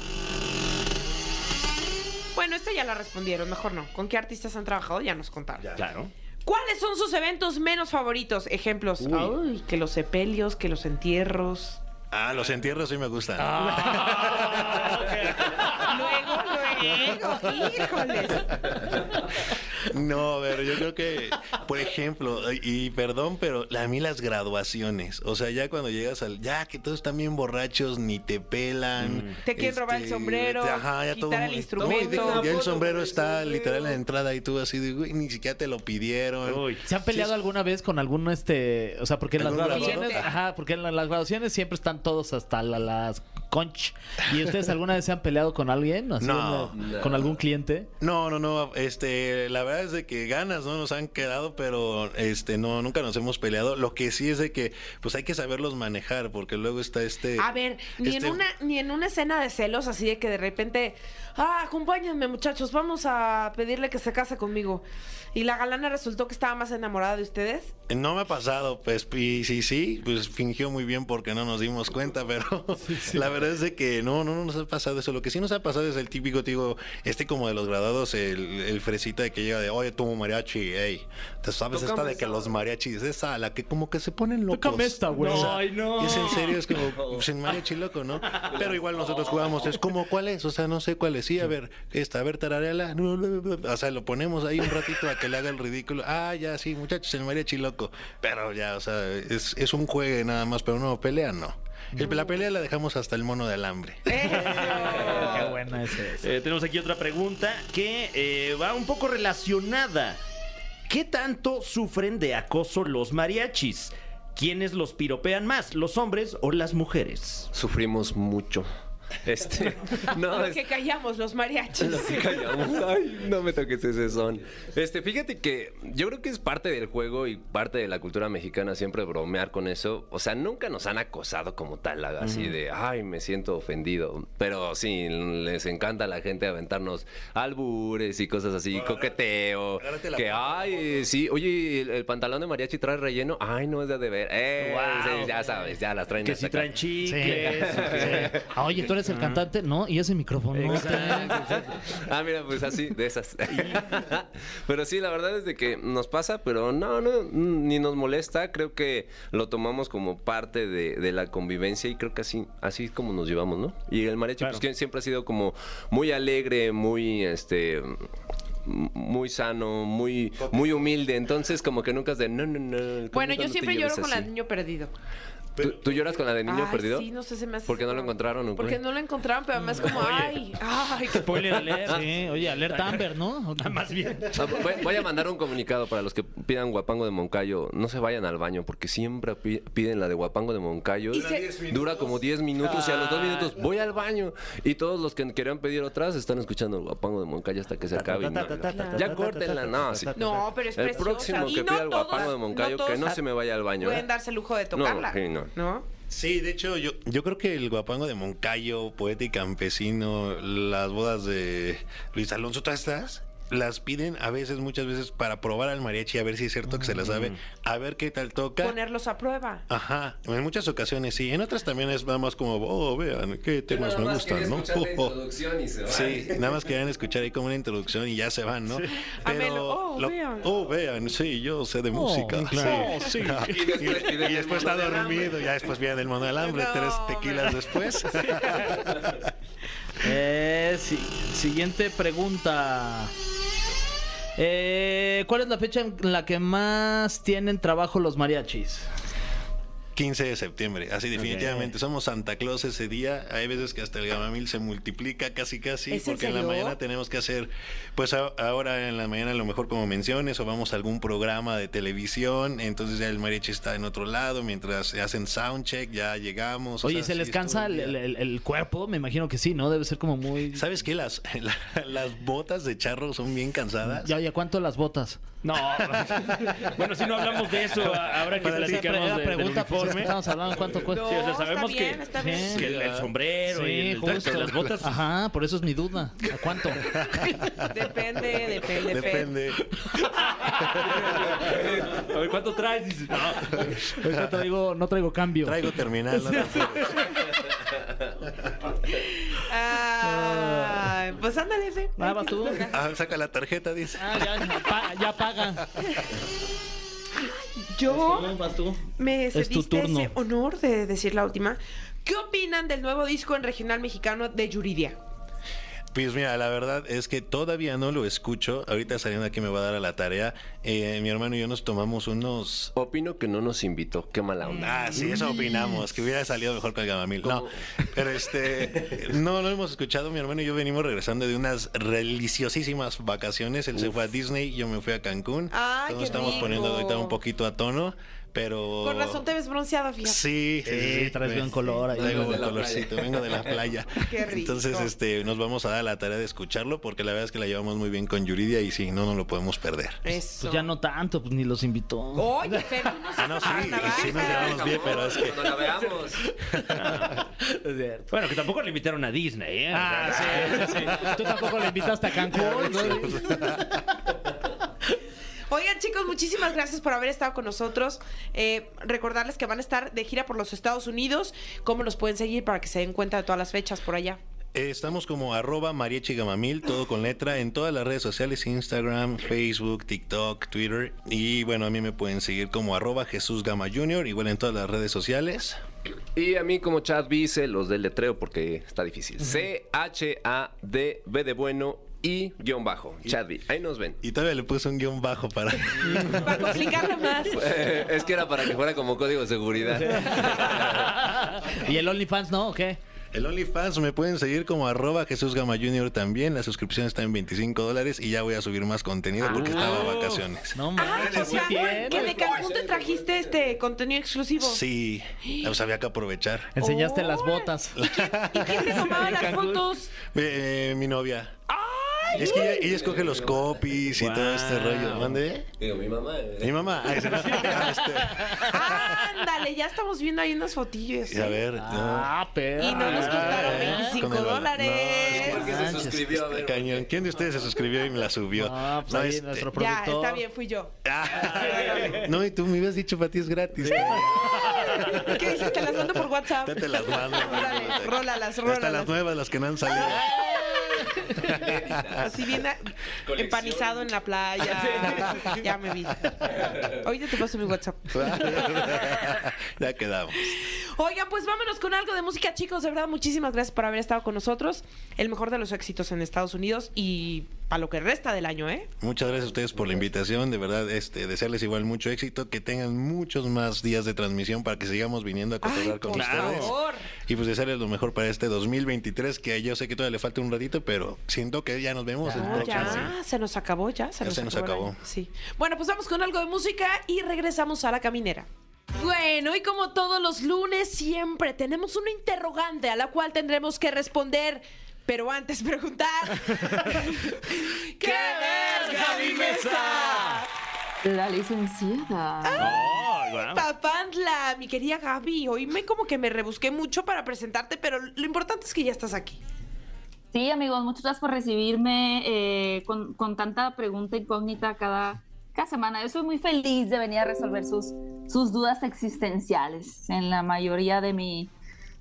Speaker 3: Bueno, esta ya la respondieron, mejor no. ¿Con qué artistas han trabajado? Ya nos contaron.
Speaker 5: Claro.
Speaker 3: ¿Cuáles son sus eventos menos favoritos? Ejemplos. Ay, que los sepelios, que los entierros.
Speaker 8: Ah, los entierros sí me gustan.
Speaker 3: Ah. Luego, luego, híjoles.
Speaker 8: No, pero yo creo que, por ejemplo, y perdón, pero la- a mí las graduaciones, o sea, ya cuando llegas al, ya que todos están bien borrachos, ni te pelan. este,
Speaker 3: Te quieren robar el sombrero, quitar el
Speaker 8: no, y
Speaker 3: instrumento.
Speaker 8: deja- ya el sombrero está literal en la entrada y tú así, de, güey, ni siquiera te lo pidieron.
Speaker 5: Uy.
Speaker 4: ¿Se han peleado alguna vez con algún este, o sea, porque en las
Speaker 8: ¿Algún
Speaker 4: graduaciones,
Speaker 8: graduado?
Speaker 4: ajá, porque en la- las graduaciones siempre están todos hasta la- las conch. ¿Y ustedes alguna vez se han peleado con alguien? Así,
Speaker 8: No.
Speaker 4: una- con algún cliente.
Speaker 8: No, no, no, este, la verdad es de que ganas no nos han quedado, pero este, no, nunca nos hemos peleado. Lo que sí es de que, pues hay que saberlos manejar, porque luego está este...
Speaker 3: A ver, ni
Speaker 8: este-
Speaker 3: en una ni en una escena de celos así de que de repente, ah, acompáñenme muchachos, vamos a pedirle que se case conmigo. Y la galana resultó que estaba más enamorada
Speaker 9: [laughs]
Speaker 3: de ustedes.
Speaker 8: No me ha pasado, pues, y sí, sí, pues fingió muy bien porque no nos dimos cuenta, [laughs] pero la verdad es de que no, no, no nos ha pasado eso. Lo que sí nos ha pasado es el típico, te digo, este como de los graduados, el, el fresita de que llega de, oye, tu mariachi, ey, ¿te sabes esta de que los mariachis, esa, la que como que se ponen locos.
Speaker 4: Tócame esta, güey.
Speaker 8: O sea,
Speaker 5: Ay, no.
Speaker 8: y Es en serio, es como, pues, en mariachi loco, ¿no? Pero igual nosotros jugamos, es como, ¿cuál es? O sea, no sé cuál es, sí, a ver, esta, a ver, tarareala, o sea, lo ponemos ahí un ratito a que le haga el ridículo. Ah, ya, sí, muchachos, el mariachi loco. Pero ya, o sea, es, es un juego nada más, pero no, pelea no. El- la pelea la dejamos hasta el mono de alambre.
Speaker 4: Qué
Speaker 3: Eso.
Speaker 4: buena es esa.
Speaker 5: Eh, tenemos aquí otra pregunta que eh, va un poco relacionada. ¿Qué tanto sufren de acoso los mariachis? ¿Quiénes los piropean más, los hombres o las mujeres?
Speaker 9: Sufrimos mucho. [laughs] Este, no,
Speaker 3: Lo
Speaker 9: es-
Speaker 3: que callamos los mariachis.
Speaker 9: Lo que callamos. Ay, no me toques ese son. Este, fíjate que yo creo que es parte del juego y parte de la cultura mexicana siempre bromear con eso. O sea, nunca nos han acosado como tal, así de, ay, me siento ofendido. Pero sí, les encanta a la gente aventarnos albures y cosas así, coqueteo.
Speaker 8: agárrate la
Speaker 9: Que,
Speaker 8: mano,
Speaker 9: ay, eh, sí, oye, el, el pantalón de mariachi trae relleno. Ay, no es de deber. Eh,
Speaker 5: Guau.
Speaker 9: sí, ya sabes, ya las traen.
Speaker 5: Que
Speaker 9: hasta
Speaker 5: si
Speaker 9: acá.
Speaker 5: traen
Speaker 4: Sí.
Speaker 5: chicles.
Speaker 4: Ah, Oye, tú eres eres el cantante, ¿no? Y ese micrófono.
Speaker 9: Exacto, exacto. Ah, mira, pues así, de esas. [laughs] pero sí, la verdad es de que nos pasa, pero no, no, ni nos molesta. Creo que lo tomamos como parte de, de la convivencia y creo que así, así es como nos llevamos, ¿no? Y el mariachi, pues que siempre ha sido como muy alegre, muy, este muy sano, muy, muy humilde, entonces como que nunca es de no, no, no. ¿cómo
Speaker 3: [laughs] Bueno,
Speaker 9: no
Speaker 3: yo
Speaker 9: te
Speaker 3: siempre lloro
Speaker 9: lleves
Speaker 3: con la
Speaker 9: así?".
Speaker 3: de niño perdido.
Speaker 9: ¿Tú, tú lloras con la de niño
Speaker 3: Ay,
Speaker 9: perdido?
Speaker 3: Sí, no sé, se me hace.
Speaker 9: Porque no lo
Speaker 3: como-
Speaker 9: encontraron, ¿o qué? Pues,
Speaker 3: Porque no lo encontraron, pero además como, ay, ay.
Speaker 4: Spoiler
Speaker 5: Ah,
Speaker 4: alert. Sí, oye, alerta Amber, ¿no? Más bien.
Speaker 9: Ah, voy- Voy a mandar un comunicado para los que pidan guapango de Moncayo. No se vayan al baño porque siempre pi- piden la de guapango de Moncayo.
Speaker 3: Y se-
Speaker 9: Dura como 10 minutos y a los 2 minutos voy al baño. Y todos los que querían pedir otras están escuchando el guapango de Moncayo hasta que se acabe. y no- Ya córtenla, no. sí.
Speaker 3: No, pero es
Speaker 9: El
Speaker 3: preciosa.
Speaker 9: próximo
Speaker 3: Y
Speaker 9: que
Speaker 3: no
Speaker 9: pida el
Speaker 3: todos-
Speaker 9: guapango de Moncayo
Speaker 3: no
Speaker 9: que no
Speaker 3: todos
Speaker 9: se me vaya al baño.
Speaker 3: Pueden darse el lujo de tocarla.
Speaker 9: sí, no.
Speaker 3: ¿No?
Speaker 8: Sí, de hecho, yo, yo creo que el guapango de Moncayo, Poeta y Campesino, las bodas de Luis Alonso, todas estas, las piden a veces, muchas veces, para probar al mariachi, a ver si es cierto que se la sabe, a ver qué tal toca.
Speaker 3: Ponerlos a prueba.
Speaker 8: Ajá, en muchas ocasiones sí, en otras también es nada más como, oh, vean, qué temas me gustan, ¿no? [laughs] Oh, oh. Sí, nada más querían escuchar ahí como una introducción y ya se van, ¿no?
Speaker 3: Amelo, oh, vean.
Speaker 8: Oh, vean, sí, yo sé de música. Oh,
Speaker 4: claro.
Speaker 8: Sí, sí.
Speaker 9: Oh, Y después
Speaker 8: Y,
Speaker 9: piden el
Speaker 8: después
Speaker 9: mundo
Speaker 8: está
Speaker 9: del hambre.
Speaker 8: dormido, ya después viene el mono del hambre,
Speaker 3: No,
Speaker 8: tres
Speaker 3: hombre.
Speaker 8: tequilas después.
Speaker 4: [laughs] Eh, si- siguiente pregunta. Eh, ¿Cuál es la fecha en la que más tienen trabajo los mariachis?
Speaker 8: 15 de septiembre, así definitivamente. Somos Santa Claus ese día. Hay veces que hasta el gamamil se multiplica casi casi,
Speaker 3: ¿Es
Speaker 8: Ah,
Speaker 3: en
Speaker 8: porque en, la
Speaker 3: serio?
Speaker 8: mañana tenemos que hacer, pues a- ahora en la mañana a lo mejor como menciones o vamos a algún programa de televisión, entonces ya el mariachi está en otro lado, mientras hacen soundcheck ya llegamos. o
Speaker 4: Oye,
Speaker 8: sea,
Speaker 4: ¿se
Speaker 8: sí
Speaker 4: les
Speaker 8: es
Speaker 4: cansa
Speaker 8: todo el
Speaker 4: el,
Speaker 8: día.
Speaker 4: el- el cuerpo? Me imagino que sí, ¿no? Debe ser como muy...
Speaker 8: ¿Sabes qué? Las, [laughs] la- las botas de charro son bien cansadas.
Speaker 4: Ya, ya, ¿cuánto las botas?
Speaker 5: No. bueno, si no hablamos de eso, a- habrá que
Speaker 4: Para ti,
Speaker 5: platicar
Speaker 4: era
Speaker 5: más de, del
Speaker 4: pregunta, pues,
Speaker 5: uniforme.
Speaker 4: estamos hablando cuánto cuesta.
Speaker 3: No,
Speaker 5: o sea, sabemos
Speaker 3: está bien,
Speaker 5: que-
Speaker 3: está bien.
Speaker 4: Sí.
Speaker 5: Que el, el sombrero y el traje, pero las botas.
Speaker 4: Ajá, por eso es mi duda. ¿A
Speaker 8: [laughs]
Speaker 4: cuánto?
Speaker 3: Depende, depende, depende.
Speaker 8: Depende.
Speaker 5: A ver, ¿cuánto traes? Dices, no.
Speaker 4: Ahorita traigo, no traigo cambio.
Speaker 8: Traigo terminal. ¿no?
Speaker 3: Ay, pues ándale, Fer.
Speaker 4: Ah, vas tú.
Speaker 8: [laughs] Ah, saca la tarjeta, dice.
Speaker 4: Ah, ya, pa- ya paga.
Speaker 3: Yo
Speaker 4: Vas tú.
Speaker 3: me
Speaker 4: tu
Speaker 3: cediste
Speaker 4: turno.
Speaker 3: ese honor de decir la última. ¿Qué opinan del nuevo disco en regional mexicano de Yuridia?
Speaker 8: Pues mira, la verdad es que todavía no lo escucho. Ahorita saliendo aquí me va a dar a la tarea. Eh, mi hermano y yo nos tomamos unos.
Speaker 9: Opino que no nos invitó. Qué mala onda.
Speaker 8: Ah, sí, eso opinamos, que hubiera salido mejor con el gamamil. No, pero este, no, no lo hemos escuchado. Mi hermano y yo venimos regresando de unas deliciosísimas vacaciones. Él se fue a Disney, yo me fui a Cancún.
Speaker 3: Ay,
Speaker 8: Entonces
Speaker 3: qué
Speaker 8: estamos
Speaker 3: rico.
Speaker 8: poniendo ahorita un poquito a tono, pero.
Speaker 3: Con razón te ves bronceado, fíjate.
Speaker 8: Oh. Sí,
Speaker 4: Sí, traes buen color ahí.
Speaker 8: Traigo
Speaker 9: Vengo de
Speaker 8: buen
Speaker 9: la
Speaker 8: colorcito, vengo de la playa.
Speaker 3: [laughs] Qué rico.
Speaker 8: Entonces, este, nos vamos a dar la tarea de escucharlo porque la verdad es que la llevamos muy bien con Yuridia y sí, no nos lo podemos perder.
Speaker 3: Eso.
Speaker 4: Pues ya no tanto, pues ni los invitó.
Speaker 5: Oh.
Speaker 4: [laughs]
Speaker 3: Oye, Fer, tú no ¿eh?
Speaker 8: Ah, no, sí, sí nos llevamos bien, pero es que
Speaker 9: Cuando la veamos.
Speaker 5: Bueno, que tampoco le invitaron a Disney, ¿eh? O sea, [laughs]
Speaker 4: Ah, sí, sí. Tú tampoco le invitaste a Cancún. ¿no?
Speaker 3: Oigan, chicos, muchísimas gracias por haber estado con nosotros. Eh, recordarles que van a estar de gira por los Estados Unidos. ¿Cómo los pueden seguir para que se den cuenta de todas las fechas por allá?
Speaker 8: eh, estamos como arroba mariachigamamil, todo con letra, en todas las redes sociales, Instagram, Facebook, TikTok, Twitter. Y bueno, a mí me pueden seguir como arroba Jesús Gama Junior, igual en todas las redes sociales.
Speaker 9: Y a mí como Chad B, se los deletreo porque está difícil. C-H-A-D-B de bueno y guión bajo. Chad B. Ahí nos ven.
Speaker 8: Y todavía le puse un guión bajo para... [laughs]
Speaker 3: Para complicarlo más.
Speaker 9: Eh, [laughs] es que era para que fuera como código de [laughs] seguridad.
Speaker 4: ¿Y el OnlyFans no o qué?
Speaker 8: El OnlyFans me pueden seguir como arroba Jesús Gama Junior también. La suscripción está en 25 dólares y ya voy a subir más contenido porque estaba de vacaciones.
Speaker 4: No
Speaker 3: Ah,
Speaker 4: manches,
Speaker 3: o
Speaker 4: sí
Speaker 3: sea,
Speaker 4: tiene.
Speaker 3: que de Cancún te trajiste este contenido exclusivo.
Speaker 8: Sí, pues había que aprovechar.
Speaker 4: Enseñaste las botas.
Speaker 3: ¿Y quién te
Speaker 8: [laughs]
Speaker 3: tomaba las fotos?
Speaker 8: Eh, eh, mi novia.
Speaker 3: ¡Ay!
Speaker 8: Es que ella, ella escoge los copies y todo este rollo. ¿Mande?
Speaker 9: Digo, mi mamá. eh,
Speaker 8: Mi mamá. Ay, se me- Ah, este.
Speaker 3: Ándale, ya estamos viendo ahí unos fotillos.
Speaker 8: Y a ver.
Speaker 4: Ah, pero.
Speaker 3: Y no nos costaron
Speaker 8: Ah,
Speaker 3: 25
Speaker 8: con el valor.
Speaker 3: dólares.
Speaker 8: No, es
Speaker 9: Porque se
Speaker 4: Sánchez,
Speaker 9: suscribió a
Speaker 8: no,
Speaker 9: ver.
Speaker 8: cañón. ¿Quién de ustedes se suscribió y me la subió?
Speaker 4: Ah, pues
Speaker 8: No,
Speaker 4: ahí
Speaker 8: este-
Speaker 4: nuestro
Speaker 3: Ya,
Speaker 4: productor.
Speaker 3: está bien, fui yo.
Speaker 8: Ah, no, y tú me habías dicho para ti es gratis.
Speaker 3: [laughs] ¿Qué dices? Te las mando por WhatsApp.
Speaker 8: Ya te las mando.
Speaker 3: Órale,
Speaker 8: ¿no?
Speaker 3: rólalas,
Speaker 8: Hasta
Speaker 3: rólalas.
Speaker 8: las nuevas, las que no han salido. [laughs]
Speaker 3: [laughs] Así bien a-
Speaker 9: Colección.
Speaker 3: empanizado en la playa. Ya me vi. Ahorita te paso mi WhatsApp.
Speaker 8: ya quedamos.
Speaker 3: Oigan, pues vámonos con algo de música, chicos. De verdad, muchísimas gracias por haber estado con nosotros. El mejor de los éxitos en Estados Unidos y para lo que resta del año, ¿eh?
Speaker 8: Muchas gracias a ustedes por la invitación, de verdad, este, desearles igual mucho éxito, que tengan muchos más días de transmisión para que sigamos viniendo a
Speaker 3: Ay,
Speaker 8: cotorrear con
Speaker 3: por
Speaker 8: ustedes.
Speaker 3: favor.
Speaker 8: Y pues desearles lo mejor para este 2023, que yo sé que todavía le falta un ratito, pero siento que ya nos vemos el
Speaker 3: No,
Speaker 8: próximo.
Speaker 3: Ah, ya, se nos acabó, ya. Se
Speaker 8: Ya
Speaker 3: nos
Speaker 8: se nos
Speaker 3: acabó. el
Speaker 8: acabó.
Speaker 3: año. Sí. Bueno, pues vamos con algo de música y regresamos a la caminera. Bueno, y como todos los lunes, siempre tenemos una interrogante a la cual tendremos que responder. Pero antes preguntar.
Speaker 8: [laughs]
Speaker 3: ¿Qué ves, Gaby Mesa?
Speaker 10: La licenciada.
Speaker 5: Ay, guau.
Speaker 3: Papantla, mi querida Gaby, oíme como que me rebusqué mucho para presentarte, pero lo importante es que ya estás aquí.
Speaker 10: Sí, amigos, muchas gracias por recibirme eh, con, con tanta pregunta incógnita cada, cada semana. Yo soy muy feliz de venir a resolver sus, sus dudas existenciales en la mayoría de mi...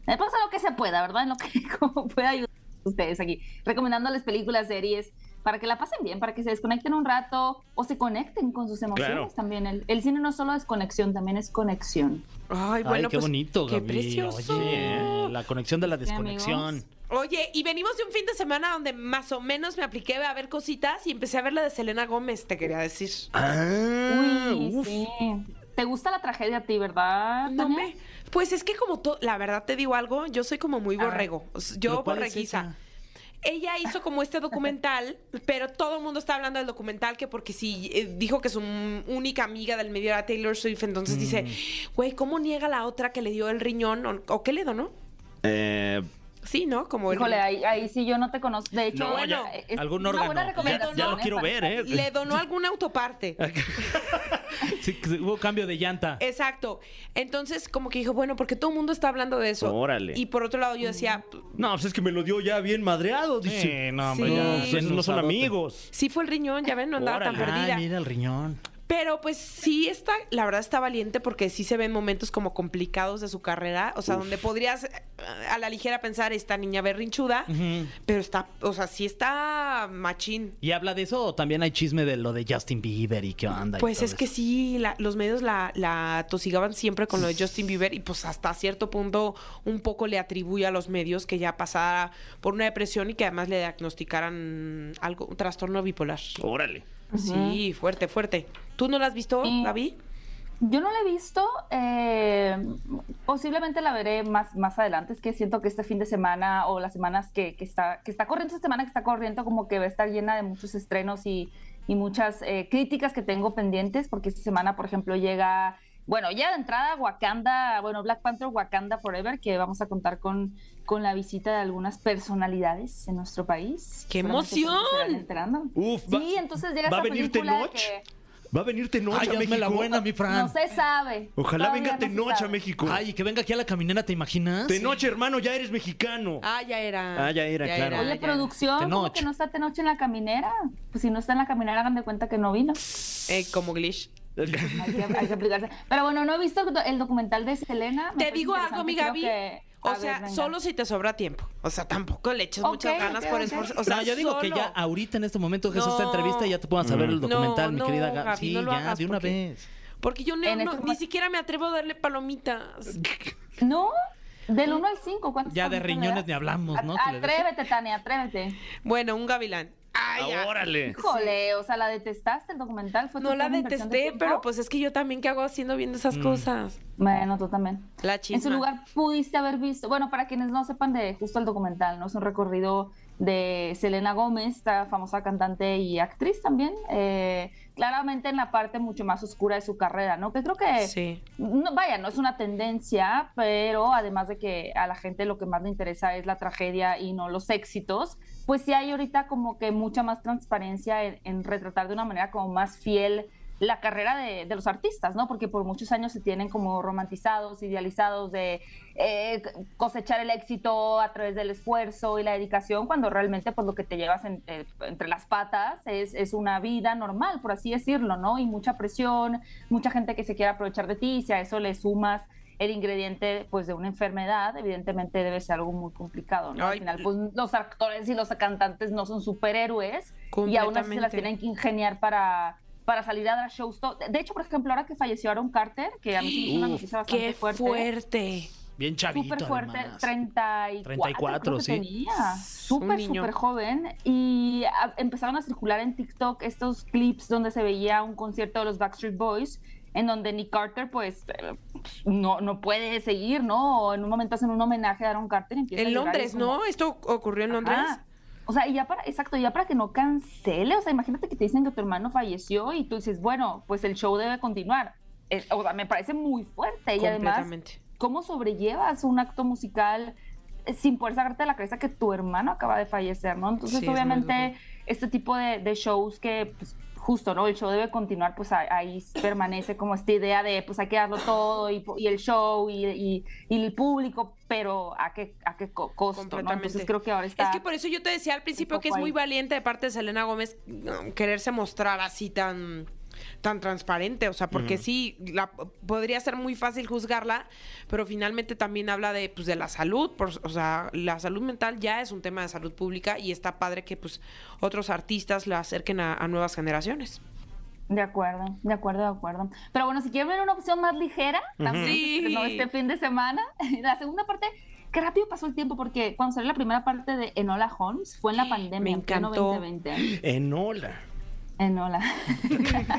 Speaker 10: Me pasa lo que se pueda, ¿verdad? En lo que como pueda ayudar a ustedes aquí, recomendándoles películas, series, para que la pasen bien, para que se desconecten un rato o se conecten con sus emociones
Speaker 5: Claro.
Speaker 10: también. El, el cine no solo es conexión, también es conexión.
Speaker 3: Ay, bueno,
Speaker 4: Ay, qué
Speaker 3: pues,
Speaker 4: bonito,
Speaker 3: qué
Speaker 4: Gaby.
Speaker 3: precioso.
Speaker 4: Oye, la conexión de la
Speaker 10: Es que,
Speaker 4: desconexión.
Speaker 10: amigos,
Speaker 3: Oye, y venimos de un fin de semana donde más o menos me apliqué a ver cositas y empecé a ver la de Selena Gómez, te quería decir. Mm,
Speaker 5: Ah,
Speaker 10: Uy,
Speaker 5: uf.
Speaker 10: sí. ¿Te gusta la tragedia a ti, verdad?
Speaker 3: No
Speaker 10: Tania?
Speaker 3: me. Pues es que como todo, la verdad te digo algo, yo soy como muy
Speaker 10: A ver.
Speaker 3: borrego. O sea, Yo
Speaker 4: ¿Pero cuál es
Speaker 3: borreguiza.
Speaker 4: esa?
Speaker 3: Ella hizo como este documental, pero todo el mundo está hablando del documental que porque si eh, dijo que su m- única amiga del medio era Taylor Swift, entonces dice, güey, ¿cómo niega la otra que le dio el riñón o, o qué le donó?
Speaker 5: Eh,
Speaker 3: Sí, ¿no? Como el
Speaker 10: Híjole, ahí, ahí sí yo no te conozco. De hecho,
Speaker 5: No,
Speaker 10: bueno,
Speaker 3: ya,
Speaker 10: es
Speaker 4: algún
Speaker 10: una buena
Speaker 4: órgano. Ya-
Speaker 10: recomendación,
Speaker 5: ya lo
Speaker 10: ¿eh?
Speaker 5: quiero
Speaker 10: Para-
Speaker 5: ver, ¿eh?
Speaker 3: le donó alguna autoparte.
Speaker 4: Sí, que hubo cambio de llanta.
Speaker 3: Exacto. Entonces, como que dijo, bueno, porque todo el mundo está hablando de eso.
Speaker 5: Órale.
Speaker 3: Y por otro lado, yo decía,
Speaker 5: no, pues es que me lo dio ya bien madreado, dice.
Speaker 4: Sí, no, hombre,
Speaker 3: Sí.
Speaker 4: ya,
Speaker 5: No,
Speaker 4: pues,
Speaker 5: pues no son
Speaker 4: usadote.
Speaker 5: amigos.
Speaker 3: sí fue el riñón, ya ven, no andaba tan
Speaker 5: Órale.
Speaker 3: perdida.
Speaker 4: Ay, Ah, mira el riñón.
Speaker 3: Pero pues sí está, la verdad está valiente porque sí se ven momentos como complicados de su carrera, o sea, donde podrías eh, a la ligera pensar esta niña berrinchuda,
Speaker 4: Ujú.
Speaker 3: pero está, o sea, sí está machín.
Speaker 4: ¿Y habla de eso o también hay chisme de lo de Justin Bieber y qué onda? y
Speaker 3: Pues
Speaker 4: todo
Speaker 3: es que
Speaker 4: eso?
Speaker 3: sí, la- los medios la, la tosigaban siempre con lo de Justin Bieber y pues hasta cierto punto un poco le atribuye a los medios que ya pasara por una depresión y que además le diagnosticaran algo, un trastorno bipolar.
Speaker 4: Oh.
Speaker 5: Órale.
Speaker 3: Sí, fuerte, fuerte. ¿Tú no la has visto,
Speaker 10: Sí.
Speaker 3: Gaby?
Speaker 10: Yo no la he visto, eh, posiblemente la veré más, más adelante, es que siento que este fin de semana o las semanas que, que está, que está corriendo, esta semana que está corriendo como que va a estar llena de muchos estrenos y, y muchas eh, críticas que tengo pendientes, porque esta semana, por ejemplo, llega, bueno, ya de entrada Wakanda, bueno, Black Panther Wakanda Forever, que vamos a contar con, con la visita de algunas personalidades en nuestro país.
Speaker 3: ¡Qué
Speaker 10: Seguramente se
Speaker 3: emoción!
Speaker 10: estarán enterando.
Speaker 5: Uf, va-
Speaker 10: sí, entonces llega
Speaker 5: ¿va a
Speaker 10: esta
Speaker 5: venir
Speaker 10: película
Speaker 5: Tenoch?
Speaker 10: que-
Speaker 5: Va a venir Tenoch
Speaker 4: Ay,
Speaker 5: a
Speaker 4: hazme
Speaker 5: México.
Speaker 4: la buena, mi Fran.
Speaker 10: no se sabe.
Speaker 5: Ojalá
Speaker 10: Todavía
Speaker 5: venga
Speaker 10: no se
Speaker 5: Tenoch a
Speaker 10: sabe.
Speaker 5: México.
Speaker 4: Ay, que venga aquí a la caminera, ¿te imaginas?
Speaker 5: Tenoch, hermano, ya eres mexicano.
Speaker 3: Ah, ya era.
Speaker 5: Ah, ya era, claro.
Speaker 10: Oye,
Speaker 3: ya
Speaker 10: producción, ¿cómo
Speaker 4: Tenoch.
Speaker 10: que no está Tenoch en la caminera? Pues si no está en la caminera, hagan de cuenta que no vino.
Speaker 3: era. Eh, como Glitch. [laughs]
Speaker 10: Hay que, hay que aplicarse. Pero bueno, no he visto do- el documental de Selena. me
Speaker 3: Te
Speaker 10: parece
Speaker 3: digo algo,
Speaker 10: Pues interesante,
Speaker 3: mi
Speaker 10: creo
Speaker 3: Gaby.
Speaker 10: que-
Speaker 3: O
Speaker 10: a
Speaker 3: sea,
Speaker 10: ver, venga.
Speaker 3: solo si te sobra tiempo. O sea, tampoco le eches
Speaker 10: Ok,
Speaker 3: muchas ganas
Speaker 10: ok,
Speaker 3: por
Speaker 10: ok.
Speaker 3: esfuerzo. O sea,
Speaker 4: no, yo digo que
Speaker 3: solo.
Speaker 4: ya ahorita en este momento Jesús esta
Speaker 3: No.
Speaker 4: entrevista y ya te puedan saber el
Speaker 10: Mm.
Speaker 3: No,
Speaker 4: documental, mi
Speaker 3: no,
Speaker 4: querida Gaby.
Speaker 3: Gaby,
Speaker 4: Sí,
Speaker 3: no lo
Speaker 4: ya,
Speaker 3: hagas,
Speaker 4: de una
Speaker 3: porque-
Speaker 4: vez.
Speaker 3: Porque yo no-
Speaker 10: En
Speaker 3: no-
Speaker 10: este
Speaker 3: ni
Speaker 10: mo-
Speaker 3: siquiera me atrevo a darle palomitas. [laughs]
Speaker 10: No, del 1 al 5, ¿cuántos
Speaker 4: Ya
Speaker 10: palomitas
Speaker 4: de
Speaker 10: le
Speaker 4: riñones
Speaker 10: das?
Speaker 4: ni hablamos, ¿no?
Speaker 10: A-
Speaker 4: Que le des-
Speaker 10: Atrévete, Tania, atrévete.
Speaker 3: Bueno, un gavilán. Ay, Ah, ya.
Speaker 5: Órale.
Speaker 10: Híjole, o sea, la detestaste el documental. ¿Fue tu
Speaker 3: No la
Speaker 10: gran inversión de
Speaker 3: detesté,
Speaker 10: tiempo?
Speaker 3: pero pues es que yo también, ¿qué hago haciendo viendo esas cosas?
Speaker 10: Bueno, tú también.
Speaker 3: La chisma.
Speaker 10: En su lugar pudiste haber visto, bueno, para quienes no sepan de justo el documental, ¿no? Es un recorrido de Selena Gómez, esta famosa cantante y actriz también, eh, claramente en la parte mucho más oscura de su carrera, ¿no? Que creo que,
Speaker 3: Sí.
Speaker 10: no, vaya, no es una tendencia, pero además de que a la gente lo que más le interesa es la tragedia y no los éxitos, pues sí hay ahorita como que mucha más transparencia en, en retratar de una manera como más fiel la carrera de, de los artistas, ¿no? Porque por muchos años se tienen como romantizados, idealizados de eh, cosechar el éxito a través del esfuerzo y la dedicación, cuando realmente pues lo que te llevas en- eh, entre las patas es, es una vida normal, por así decirlo, ¿no? Y mucha presión, mucha gente que se quiere aprovechar de ti, y si a eso le sumas el ingrediente pues de una enfermedad, evidentemente debe ser algo muy complicado, ¿no? Al
Speaker 3: Ay,
Speaker 10: final, pues los actores y los cantantes no son superhéroes y aún así se las
Speaker 3: Completamente.
Speaker 10: tienen que ingeniar para para salir a dar shows. To- De hecho, por ejemplo, ahora que falleció Aaron Carter, que a mí sí me hizo
Speaker 3: [gasps]
Speaker 10: una noticia bastante
Speaker 3: ¡Qué
Speaker 10: fuerte.
Speaker 3: fuerte!
Speaker 4: Bien chavito.
Speaker 10: Súper fuerte,
Speaker 4: además.
Speaker 10: 34,
Speaker 4: 34,
Speaker 10: creo que
Speaker 4: sí.
Speaker 10: tenía.
Speaker 3: Un
Speaker 10: Súper,
Speaker 3: niño.
Speaker 10: súper joven. Y a- empezaron a circular en TikTok estos clips donde se veía un concierto de los Backstreet Boys, en donde Nick Carter, pues, eh, no, no puede seguir, ¿no? O en un momento hacen un homenaje a Aaron Carter y empieza a
Speaker 3: En
Speaker 10: llorar y
Speaker 3: Londres,
Speaker 10: es como,
Speaker 3: ¿no? ¿Esto ocurrió en Londres?
Speaker 10: Ajá. O sea, y ya para, exacto, ya para que no cancele, o sea, imagínate que te dicen que tu hermano falleció y tú dices, bueno, pues el show debe continuar. Eh, o sea, me parece muy fuerte y además,
Speaker 3: Completamente.
Speaker 10: ¿cómo sobrellevas un acto musical eh, sin poder sacarte de la cabeza que tu hermano acaba de fallecer, ¿no? Entonces,
Speaker 3: Sí, es muy
Speaker 10: pues, obviamente,
Speaker 3: duro.
Speaker 10: este tipo de, de shows que, pues, justo, ¿no? El show debe continuar, pues a- ahí permanece como esta idea de, pues hay que darlo todo y, y el show y, y- y el público, pero a qué, a qué co- costo, ¿no? Entonces
Speaker 3: Completamente.
Speaker 10: creo que ahora está...
Speaker 3: Es que por eso yo te decía al principio
Speaker 10: poco
Speaker 3: que es muy
Speaker 10: ahí.
Speaker 3: valiente de parte de Selena Gómez mm, quererse mostrar así tan tan transparente, o sea, porque sí, la, podría ser muy fácil juzgarla, pero finalmente también habla de, pues, de la salud, por- o sea, la salud mental ya es un tema de salud pública y está padre que pues otros artistas la acerquen a, a nuevas generaciones.
Speaker 10: De acuerdo, de acuerdo, de acuerdo. Pero bueno, si quieren ver una opción más ligera, [laughs] también
Speaker 3: Sí.
Speaker 10: se estrenó este fin de semana. [laughs] La segunda parte, qué rápido pasó el tiempo, porque cuando salió la primera parte de Enola Holmes fue en la pandemia, en pleno
Speaker 3: encantó.
Speaker 10: 2020.
Speaker 5: Enola.
Speaker 10: Enola. [laughs]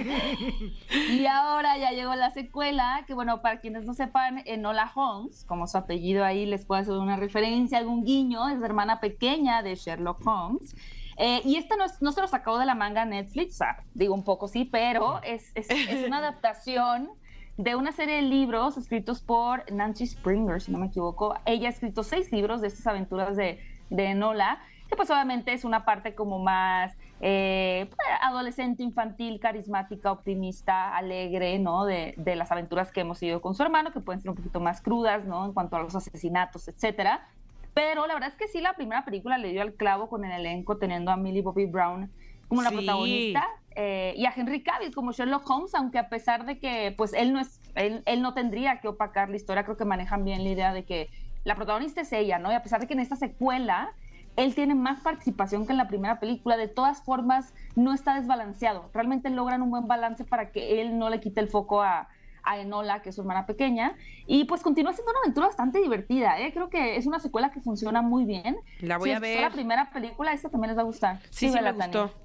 Speaker 10: y ahora ya llegó la secuela, que bueno, para quienes no sepan, Enola Holmes, como su apellido ahí les puedo hacer una referencia, algún guiño, es la hermana pequeña de Sherlock Holmes. Eh, y esta no, es- no se lo sacó de la manga Netflix, o sea, digo un poco sí, pero es, es- es una adaptación de una serie de libros escritos por Nancy Springer, si no me equivoco. Ella ha escrito seis libros de estas aventuras de, de Enola, que pues obviamente es una parte como más eh, pues, adolescente, infantil, carismática, optimista, alegre, ¿no? De, de las aventuras que hemos ido con su hermano, que pueden ser un poquito más crudas, ¿no? En cuanto a los asesinatos, etcétera. Pero la verdad es que sí, la primera película le dio al clavo con el elenco, teniendo a Millie Bobby Brown como la
Speaker 3: Sí.
Speaker 10: protagonista eh, y a Henry Cavill como Sherlock Holmes, aunque a pesar de que pues él no es, él, él no tendría que opacar la historia, creo que manejan bien la idea de que la protagonista es ella, ¿no? Y a pesar de que en esta secuela él tiene más participación que en la primera película, de todas formas no está desbalanceado, realmente logran un buen balance para que él no le quite el foco a a Enola, que es su hermana pequeña, y pues continúa siendo una aventura bastante divertida, ¿eh? creo que es una secuela que funciona muy bien.
Speaker 3: La voy
Speaker 10: Si
Speaker 3: a
Speaker 10: les gustó la
Speaker 3: ver.
Speaker 10: primera película, esta también les va a gustar.
Speaker 3: Sí, sí, me
Speaker 10: vela, Tania.
Speaker 3: gustó.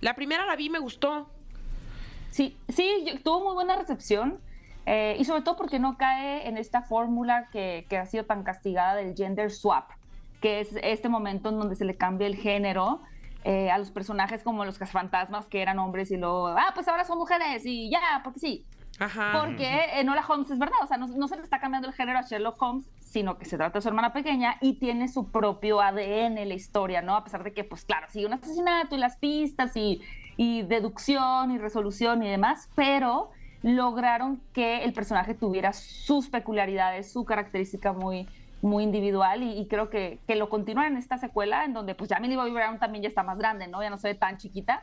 Speaker 3: La primera la vi y me gustó.
Speaker 10: Sí, sí, yo- tuvo muy buena recepción. eh, y sobre todo porque no cae en esta fórmula que, que ha sido tan castigada del gender swap, que es este momento en donde se le cambia el género eh, a los personajes como los cazafantasmas que eran hombres y luego, ah, pues ahora son mujeres y ya, porque sí.
Speaker 3: Ajá.
Speaker 10: Porque Enola Holmes es verdad, o sea, no, no se le está cambiando el género a Sherlock Holmes, sino que se trata de su hermana pequeña y tiene su propio ADN la historia, ¿no? A pesar de que, pues claro, sigue un asesinato y las pistas y, y deducción y resolución y demás, pero lograron que el personaje tuviera sus peculiaridades, su característica muy muy individual y, y creo que, que lo continúan en esta secuela en donde pues ya Millie Bobby Brown también ya está más grande, ¿no? Ya no se ve tan chiquita,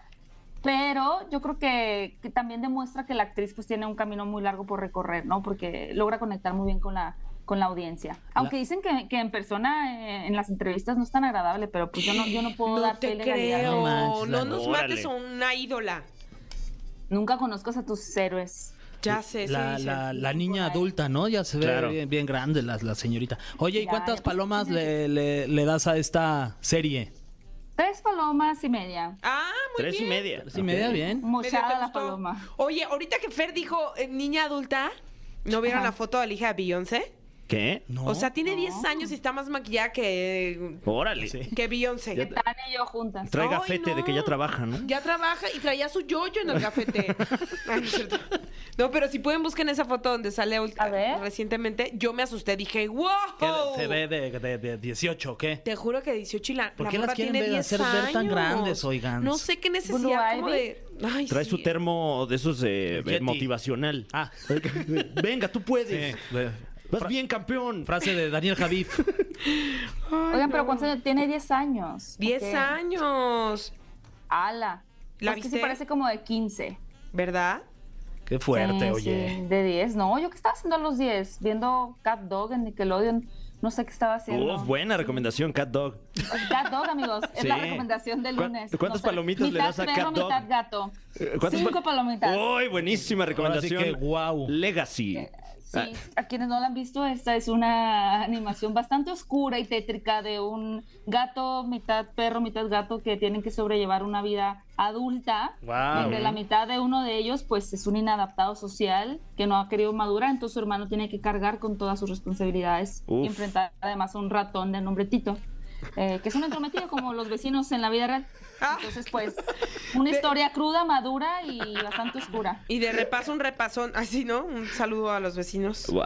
Speaker 10: pero yo creo que, que también demuestra que la actriz pues tiene un camino muy largo por recorrer, ¿no? Porque logra conectar muy bien con la, con la audiencia. Aunque dicen que, que en persona, eh, en las entrevistas no es tan agradable, pero pues yo no, yo no puedo
Speaker 3: No
Speaker 10: dar fe y
Speaker 3: te
Speaker 10: legalidad.
Speaker 3: creo.
Speaker 4: No
Speaker 3: No,
Speaker 4: manches, la-
Speaker 3: nos mates a una ídola.
Speaker 10: Nunca conozcas a tus héroes.
Speaker 3: Ya sé, sí
Speaker 4: La,
Speaker 3: dicen.
Speaker 4: la- la niña adulta, ¿no? Ya se ve
Speaker 5: Claro.
Speaker 4: bien, bien grande la, la señorita. Oye, ¿y
Speaker 10: Ya,
Speaker 4: cuántas
Speaker 10: ya.
Speaker 4: palomas le, le- le das a esta serie?
Speaker 10: Tres palomas y media.
Speaker 3: Ah, muy
Speaker 5: Tres y
Speaker 3: bien.
Speaker 5: media.
Speaker 4: Sí, me da bien.
Speaker 3: Medio
Speaker 10: Mochada
Speaker 3: te
Speaker 10: la
Speaker 3: gustó.
Speaker 10: paloma.
Speaker 3: Oye, ahorita que Fer dijo eh, niña adulta, ¿no vieron
Speaker 10: Ajá.
Speaker 3: la foto de la hija de Beyoncé?
Speaker 5: ¿Qué?
Speaker 4: No.
Speaker 3: O sea, tiene 10 años y está más maquillada que,
Speaker 5: Órale.
Speaker 3: que Beyoncé.
Speaker 5: Ya-
Speaker 10: Tania y yo juntas.
Speaker 5: Trae
Speaker 3: Ay,
Speaker 5: gafete de que
Speaker 3: no.
Speaker 5: ya trabaja, ¿no?
Speaker 3: Ya trabaja y traía su yoyo en el
Speaker 4: [laughs]
Speaker 3: gafete. Ay, no, es cierto. No, pero si pueden busquen esa foto donde sale ult-
Speaker 10: A ver.
Speaker 3: recientemente, yo me asusté, dije, wow.
Speaker 4: ¿Qué,
Speaker 3: oh.
Speaker 4: ¿Se ve de, de- de 18 o qué?
Speaker 3: Te juro que 18 y la,
Speaker 4: ¿Por
Speaker 3: la
Speaker 4: qué las
Speaker 3: morra
Speaker 4: quieren
Speaker 3: tiene
Speaker 4: ver-
Speaker 3: 10
Speaker 4: hacer ver tan
Speaker 3: años.
Speaker 4: grandes, oigan?
Speaker 3: No sé qué
Speaker 10: Blue
Speaker 3: necesidad como
Speaker 10: Ivy.
Speaker 3: de... Ay,
Speaker 5: Trae
Speaker 3: sí.
Speaker 5: su termo de esos eh,
Speaker 4: El Yeti.
Speaker 5: motivacional.
Speaker 4: Ah.
Speaker 5: [laughs] Venga, tú puedes.
Speaker 4: Sí, de-
Speaker 5: Vas bien, campeón.
Speaker 4: Frase de Daniel [laughs] Javif.
Speaker 3: Ay,
Speaker 10: Oigan, pero
Speaker 3: no.
Speaker 10: ¿cuántos años? Tiene 10 años.
Speaker 3: 10
Speaker 10: Ok.
Speaker 3: años,
Speaker 10: Ala.
Speaker 3: ¿La
Speaker 10: es que sí
Speaker 3: viste?
Speaker 10: parece como de 15.
Speaker 3: ¿verdad?
Speaker 5: Qué fuerte,
Speaker 10: Sí,
Speaker 5: oye.
Speaker 10: sí, de 10, no, yo qué estaba haciendo a los 10, viendo Cat Dog en Nickelodeon, no sé qué estaba haciendo.
Speaker 5: Uf, Uh, buena recomendación, Cat Dog.
Speaker 10: Cat Dog, amigos, es la
Speaker 5: Sí.
Speaker 10: recomendación del
Speaker 5: ¿Cuá-
Speaker 10: lunes.
Speaker 5: cuántas palomitas le
Speaker 10: mitad
Speaker 5: das a
Speaker 10: perro,
Speaker 5: Cat Dog?
Speaker 10: mitad gato.
Speaker 5: Eh, ¿cuántas
Speaker 10: Cinco
Speaker 5: pa-
Speaker 10: palomitas. Eh,
Speaker 5: ¡Uy, buenísima
Speaker 4: Ahora sí
Speaker 5: recomendación!
Speaker 4: que guau.
Speaker 5: Legacy.
Speaker 10: Sí, a quienes no la han visto, esta es una animación bastante oscura y tétrica de un gato, mitad perro, mitad gato, que tienen que sobrellevar una vida adulta.
Speaker 4: Guau.
Speaker 10: donde la mitad de uno de ellos, pues, es un inadaptado social que no ha querido madurar, entonces su hermano tiene que cargar con todas sus responsabilidades
Speaker 5: Uf.
Speaker 10: y enfrentar además a un ratón de nombre Tito. eh, que es un entrometido como los vecinos en la vida real. Entonces, pues, una historia cruda, madura y bastante oscura.
Speaker 3: Y de repaso, un repasón, así, ¿no? Un saludo a los vecinos.
Speaker 5: Wow.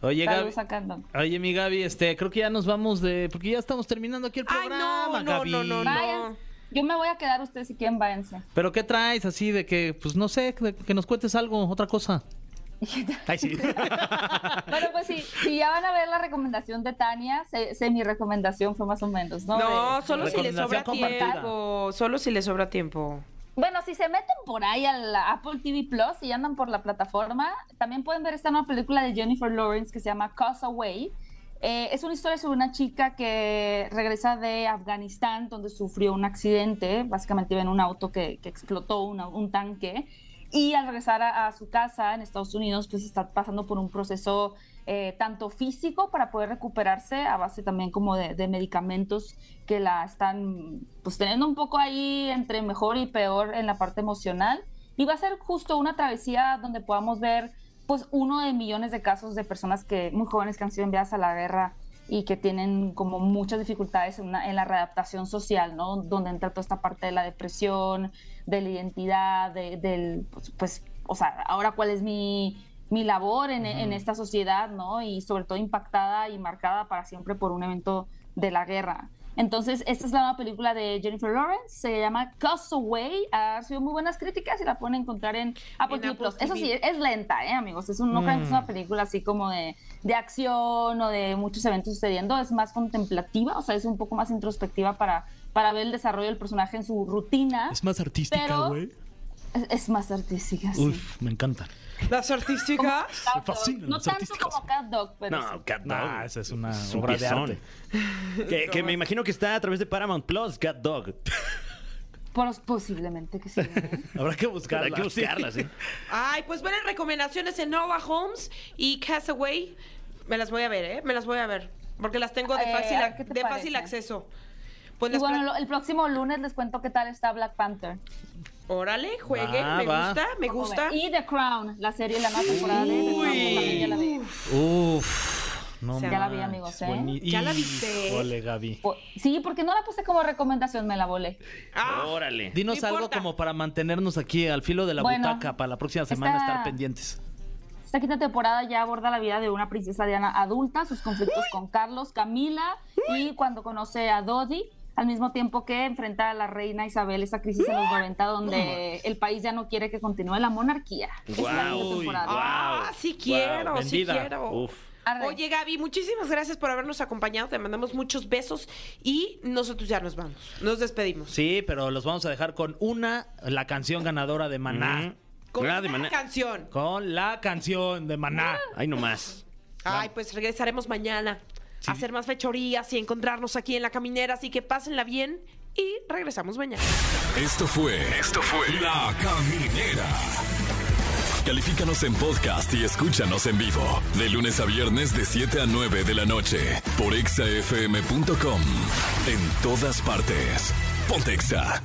Speaker 4: Oye, Gaby.
Speaker 10: Saludos a Cat Dog.
Speaker 4: Oye, mi Gaby, este, creo que ya nos vamos de. Porque ya estamos terminando aquí el
Speaker 3: Ay, no,
Speaker 4: programa,
Speaker 3: no,
Speaker 4: Gaby.
Speaker 3: no, no, no.
Speaker 10: Vayan. Yo me voy a quedar ustedes si quieren, váyanse.
Speaker 4: Pero ¿qué traes así de que, pues no sé, de que nos cuentes algo, otra
Speaker 3: [laughs]
Speaker 4: cosa? Ay, sí.
Speaker 10: Bueno, pues sí, si ya van a ver la recomendación de Tania, sé, sé mi recomendación fue más o menos, ¿no?
Speaker 3: No,
Speaker 10: De-
Speaker 3: solo si le
Speaker 4: Recomendación
Speaker 3: sobra
Speaker 4: compartida.
Speaker 3: tiempo. Solo si le sobra tiempo.
Speaker 10: Bueno, si se meten por ahí a la Apple TV Plus y andan por la plataforma, también pueden ver esta nueva película de Jennifer Lawrence que se llama Cause Away. Eh, es una historia sobre una chica que regresa de Afganistán, donde sufrió un accidente. Básicamente iba en un auto que, que explotó una- un tanque. Y al regresar a, a su casa en Estados Unidos, pues está pasando por un proceso eh, tanto físico para poder recuperarse, a base también como de, de medicamentos que la están pues teniendo un poco ahí entre mejor y peor en la parte emocional. Y va a ser justo una travesía donde podamos ver pues uno de millones de casos de personas que muy jóvenes que han sido enviadas a la guerra y que tienen como muchas dificultades en, una- en la readaptación social, ¿no? Donde entra toda esta parte de la depresión, de la identidad, de- del, pues, pues, o sea, ahora cuál es mi, mi labor en, en esta sociedad, ¿no? Y sobre todo impactada y marcada para siempre por un evento de la guerra. Entonces, esta es la nueva película de Jennifer Lawrence, se llama Castaway, ha recibido muy buenas críticas y la pueden encontrar en Apple
Speaker 3: En
Speaker 10: TV+.
Speaker 3: Apple
Speaker 10: Plus. Eso Ah, pues sí,
Speaker 3: TV.
Speaker 10: es lenta, ¿eh, amigos? Es un, no crean que es
Speaker 5: Mm.
Speaker 10: una película así como de, de acción o de muchos eventos sucediendo, es más contemplativa, o sea, es un poco más introspectiva para, para ver el desarrollo del personaje en su rutina.
Speaker 4: Es más artística,
Speaker 10: Pero-
Speaker 4: güey.
Speaker 10: Es, es más artística, sí.
Speaker 4: Uf, me encanta.
Speaker 10: eh.
Speaker 3: Las artísticas.
Speaker 10: Cat Dog.
Speaker 4: fascinan
Speaker 10: No
Speaker 4: los
Speaker 10: tanto
Speaker 4: artísticos.
Speaker 10: como Cat Dog, pero sí.
Speaker 5: No, Cat Dog.
Speaker 4: Nah, esa es una
Speaker 5: un
Speaker 4: obra de
Speaker 5: piezón.
Speaker 4: arte.
Speaker 5: [laughs] Que, que me imagino que está a través de Paramount Plus, Cat Dog.
Speaker 10: Pues posiblemente que sí.
Speaker 5: [laughs]
Speaker 10: ¿eh?
Speaker 4: Habrá que buscarla.
Speaker 5: Hay que buscarla, sí.
Speaker 3: Ay, pues ven en recomendaciones en Nova Homes y Castaway. Me las voy a ver, ¿eh? Me las voy a ver. Porque las tengo de
Speaker 10: Eh,
Speaker 3: fácil,
Speaker 10: ¿qué te
Speaker 3: de fácil
Speaker 10: parece?
Speaker 3: acceso. Pues
Speaker 10: Y
Speaker 3: las
Speaker 10: bueno,
Speaker 3: pla-
Speaker 10: lo- el próximo lunes les cuento qué tal está Black Panther.
Speaker 3: Órale, jueguen.
Speaker 4: Va,
Speaker 3: me
Speaker 4: va.
Speaker 3: gusta, me
Speaker 10: ¿Cómo
Speaker 3: gusta.
Speaker 10: ven? Y The Crown, la serie, la nueva temporada de The Crown, que también ya la vi.
Speaker 4: Uf, no
Speaker 3: Ya la
Speaker 10: vi,
Speaker 4: manches,
Speaker 10: amigos, ¿eh?
Speaker 4: bueni-
Speaker 3: Ya la viste.
Speaker 4: Híjole, Gaby.
Speaker 10: Po- Sí, porque no la puse como recomendación, me la volé.
Speaker 3: Ah,
Speaker 5: Órale.
Speaker 4: Dinos
Speaker 3: No
Speaker 4: algo
Speaker 3: importa.
Speaker 4: como para mantenernos aquí al filo de la
Speaker 10: Bueno,
Speaker 4: butaca para la próxima semana
Speaker 10: esta-
Speaker 4: estar pendientes.
Speaker 10: Esta quinta temporada ya aborda la vida de una princesa Diana adulta, sus conflictos con Carlos, Camila y cuando conoce a Dodi, al mismo tiempo que enfrenta a la reina Isabel esa crisis en los 90 donde el país ya no quiere que continúe la monarquía. Esa es la quinta
Speaker 5: Guau.
Speaker 10: temporada.
Speaker 3: Ah, sí quiero, sí
Speaker 5: vendida.
Speaker 3: quiero.
Speaker 5: Uf.
Speaker 10: Arre.
Speaker 3: Oye, Gaby, muchísimas gracias por habernos acompañado. Te mandamos muchos besos y nosotros ya nos vamos. Nos despedimos.
Speaker 4: Sí, pero los vamos a dejar con una, la canción ganadora de Maná.
Speaker 3: Con
Speaker 5: Nada de
Speaker 3: una
Speaker 5: maná-
Speaker 3: canción.
Speaker 4: Con la canción de Maná.
Speaker 10: Ah.
Speaker 5: Ay, no más.
Speaker 3: Ay, pues regresaremos mañana a hacer más fechorías y encontrarnos aquí en la caminera. Así que pásenla bien y regresamos mañana.
Speaker 2: Esto fue. Esto fue. La Caminera. Califícanos en podcast y escúchanos en vivo. De lunes a viernes, de 7 a 9 de la noche. Por exafm.com. En todas partes. Pontexa.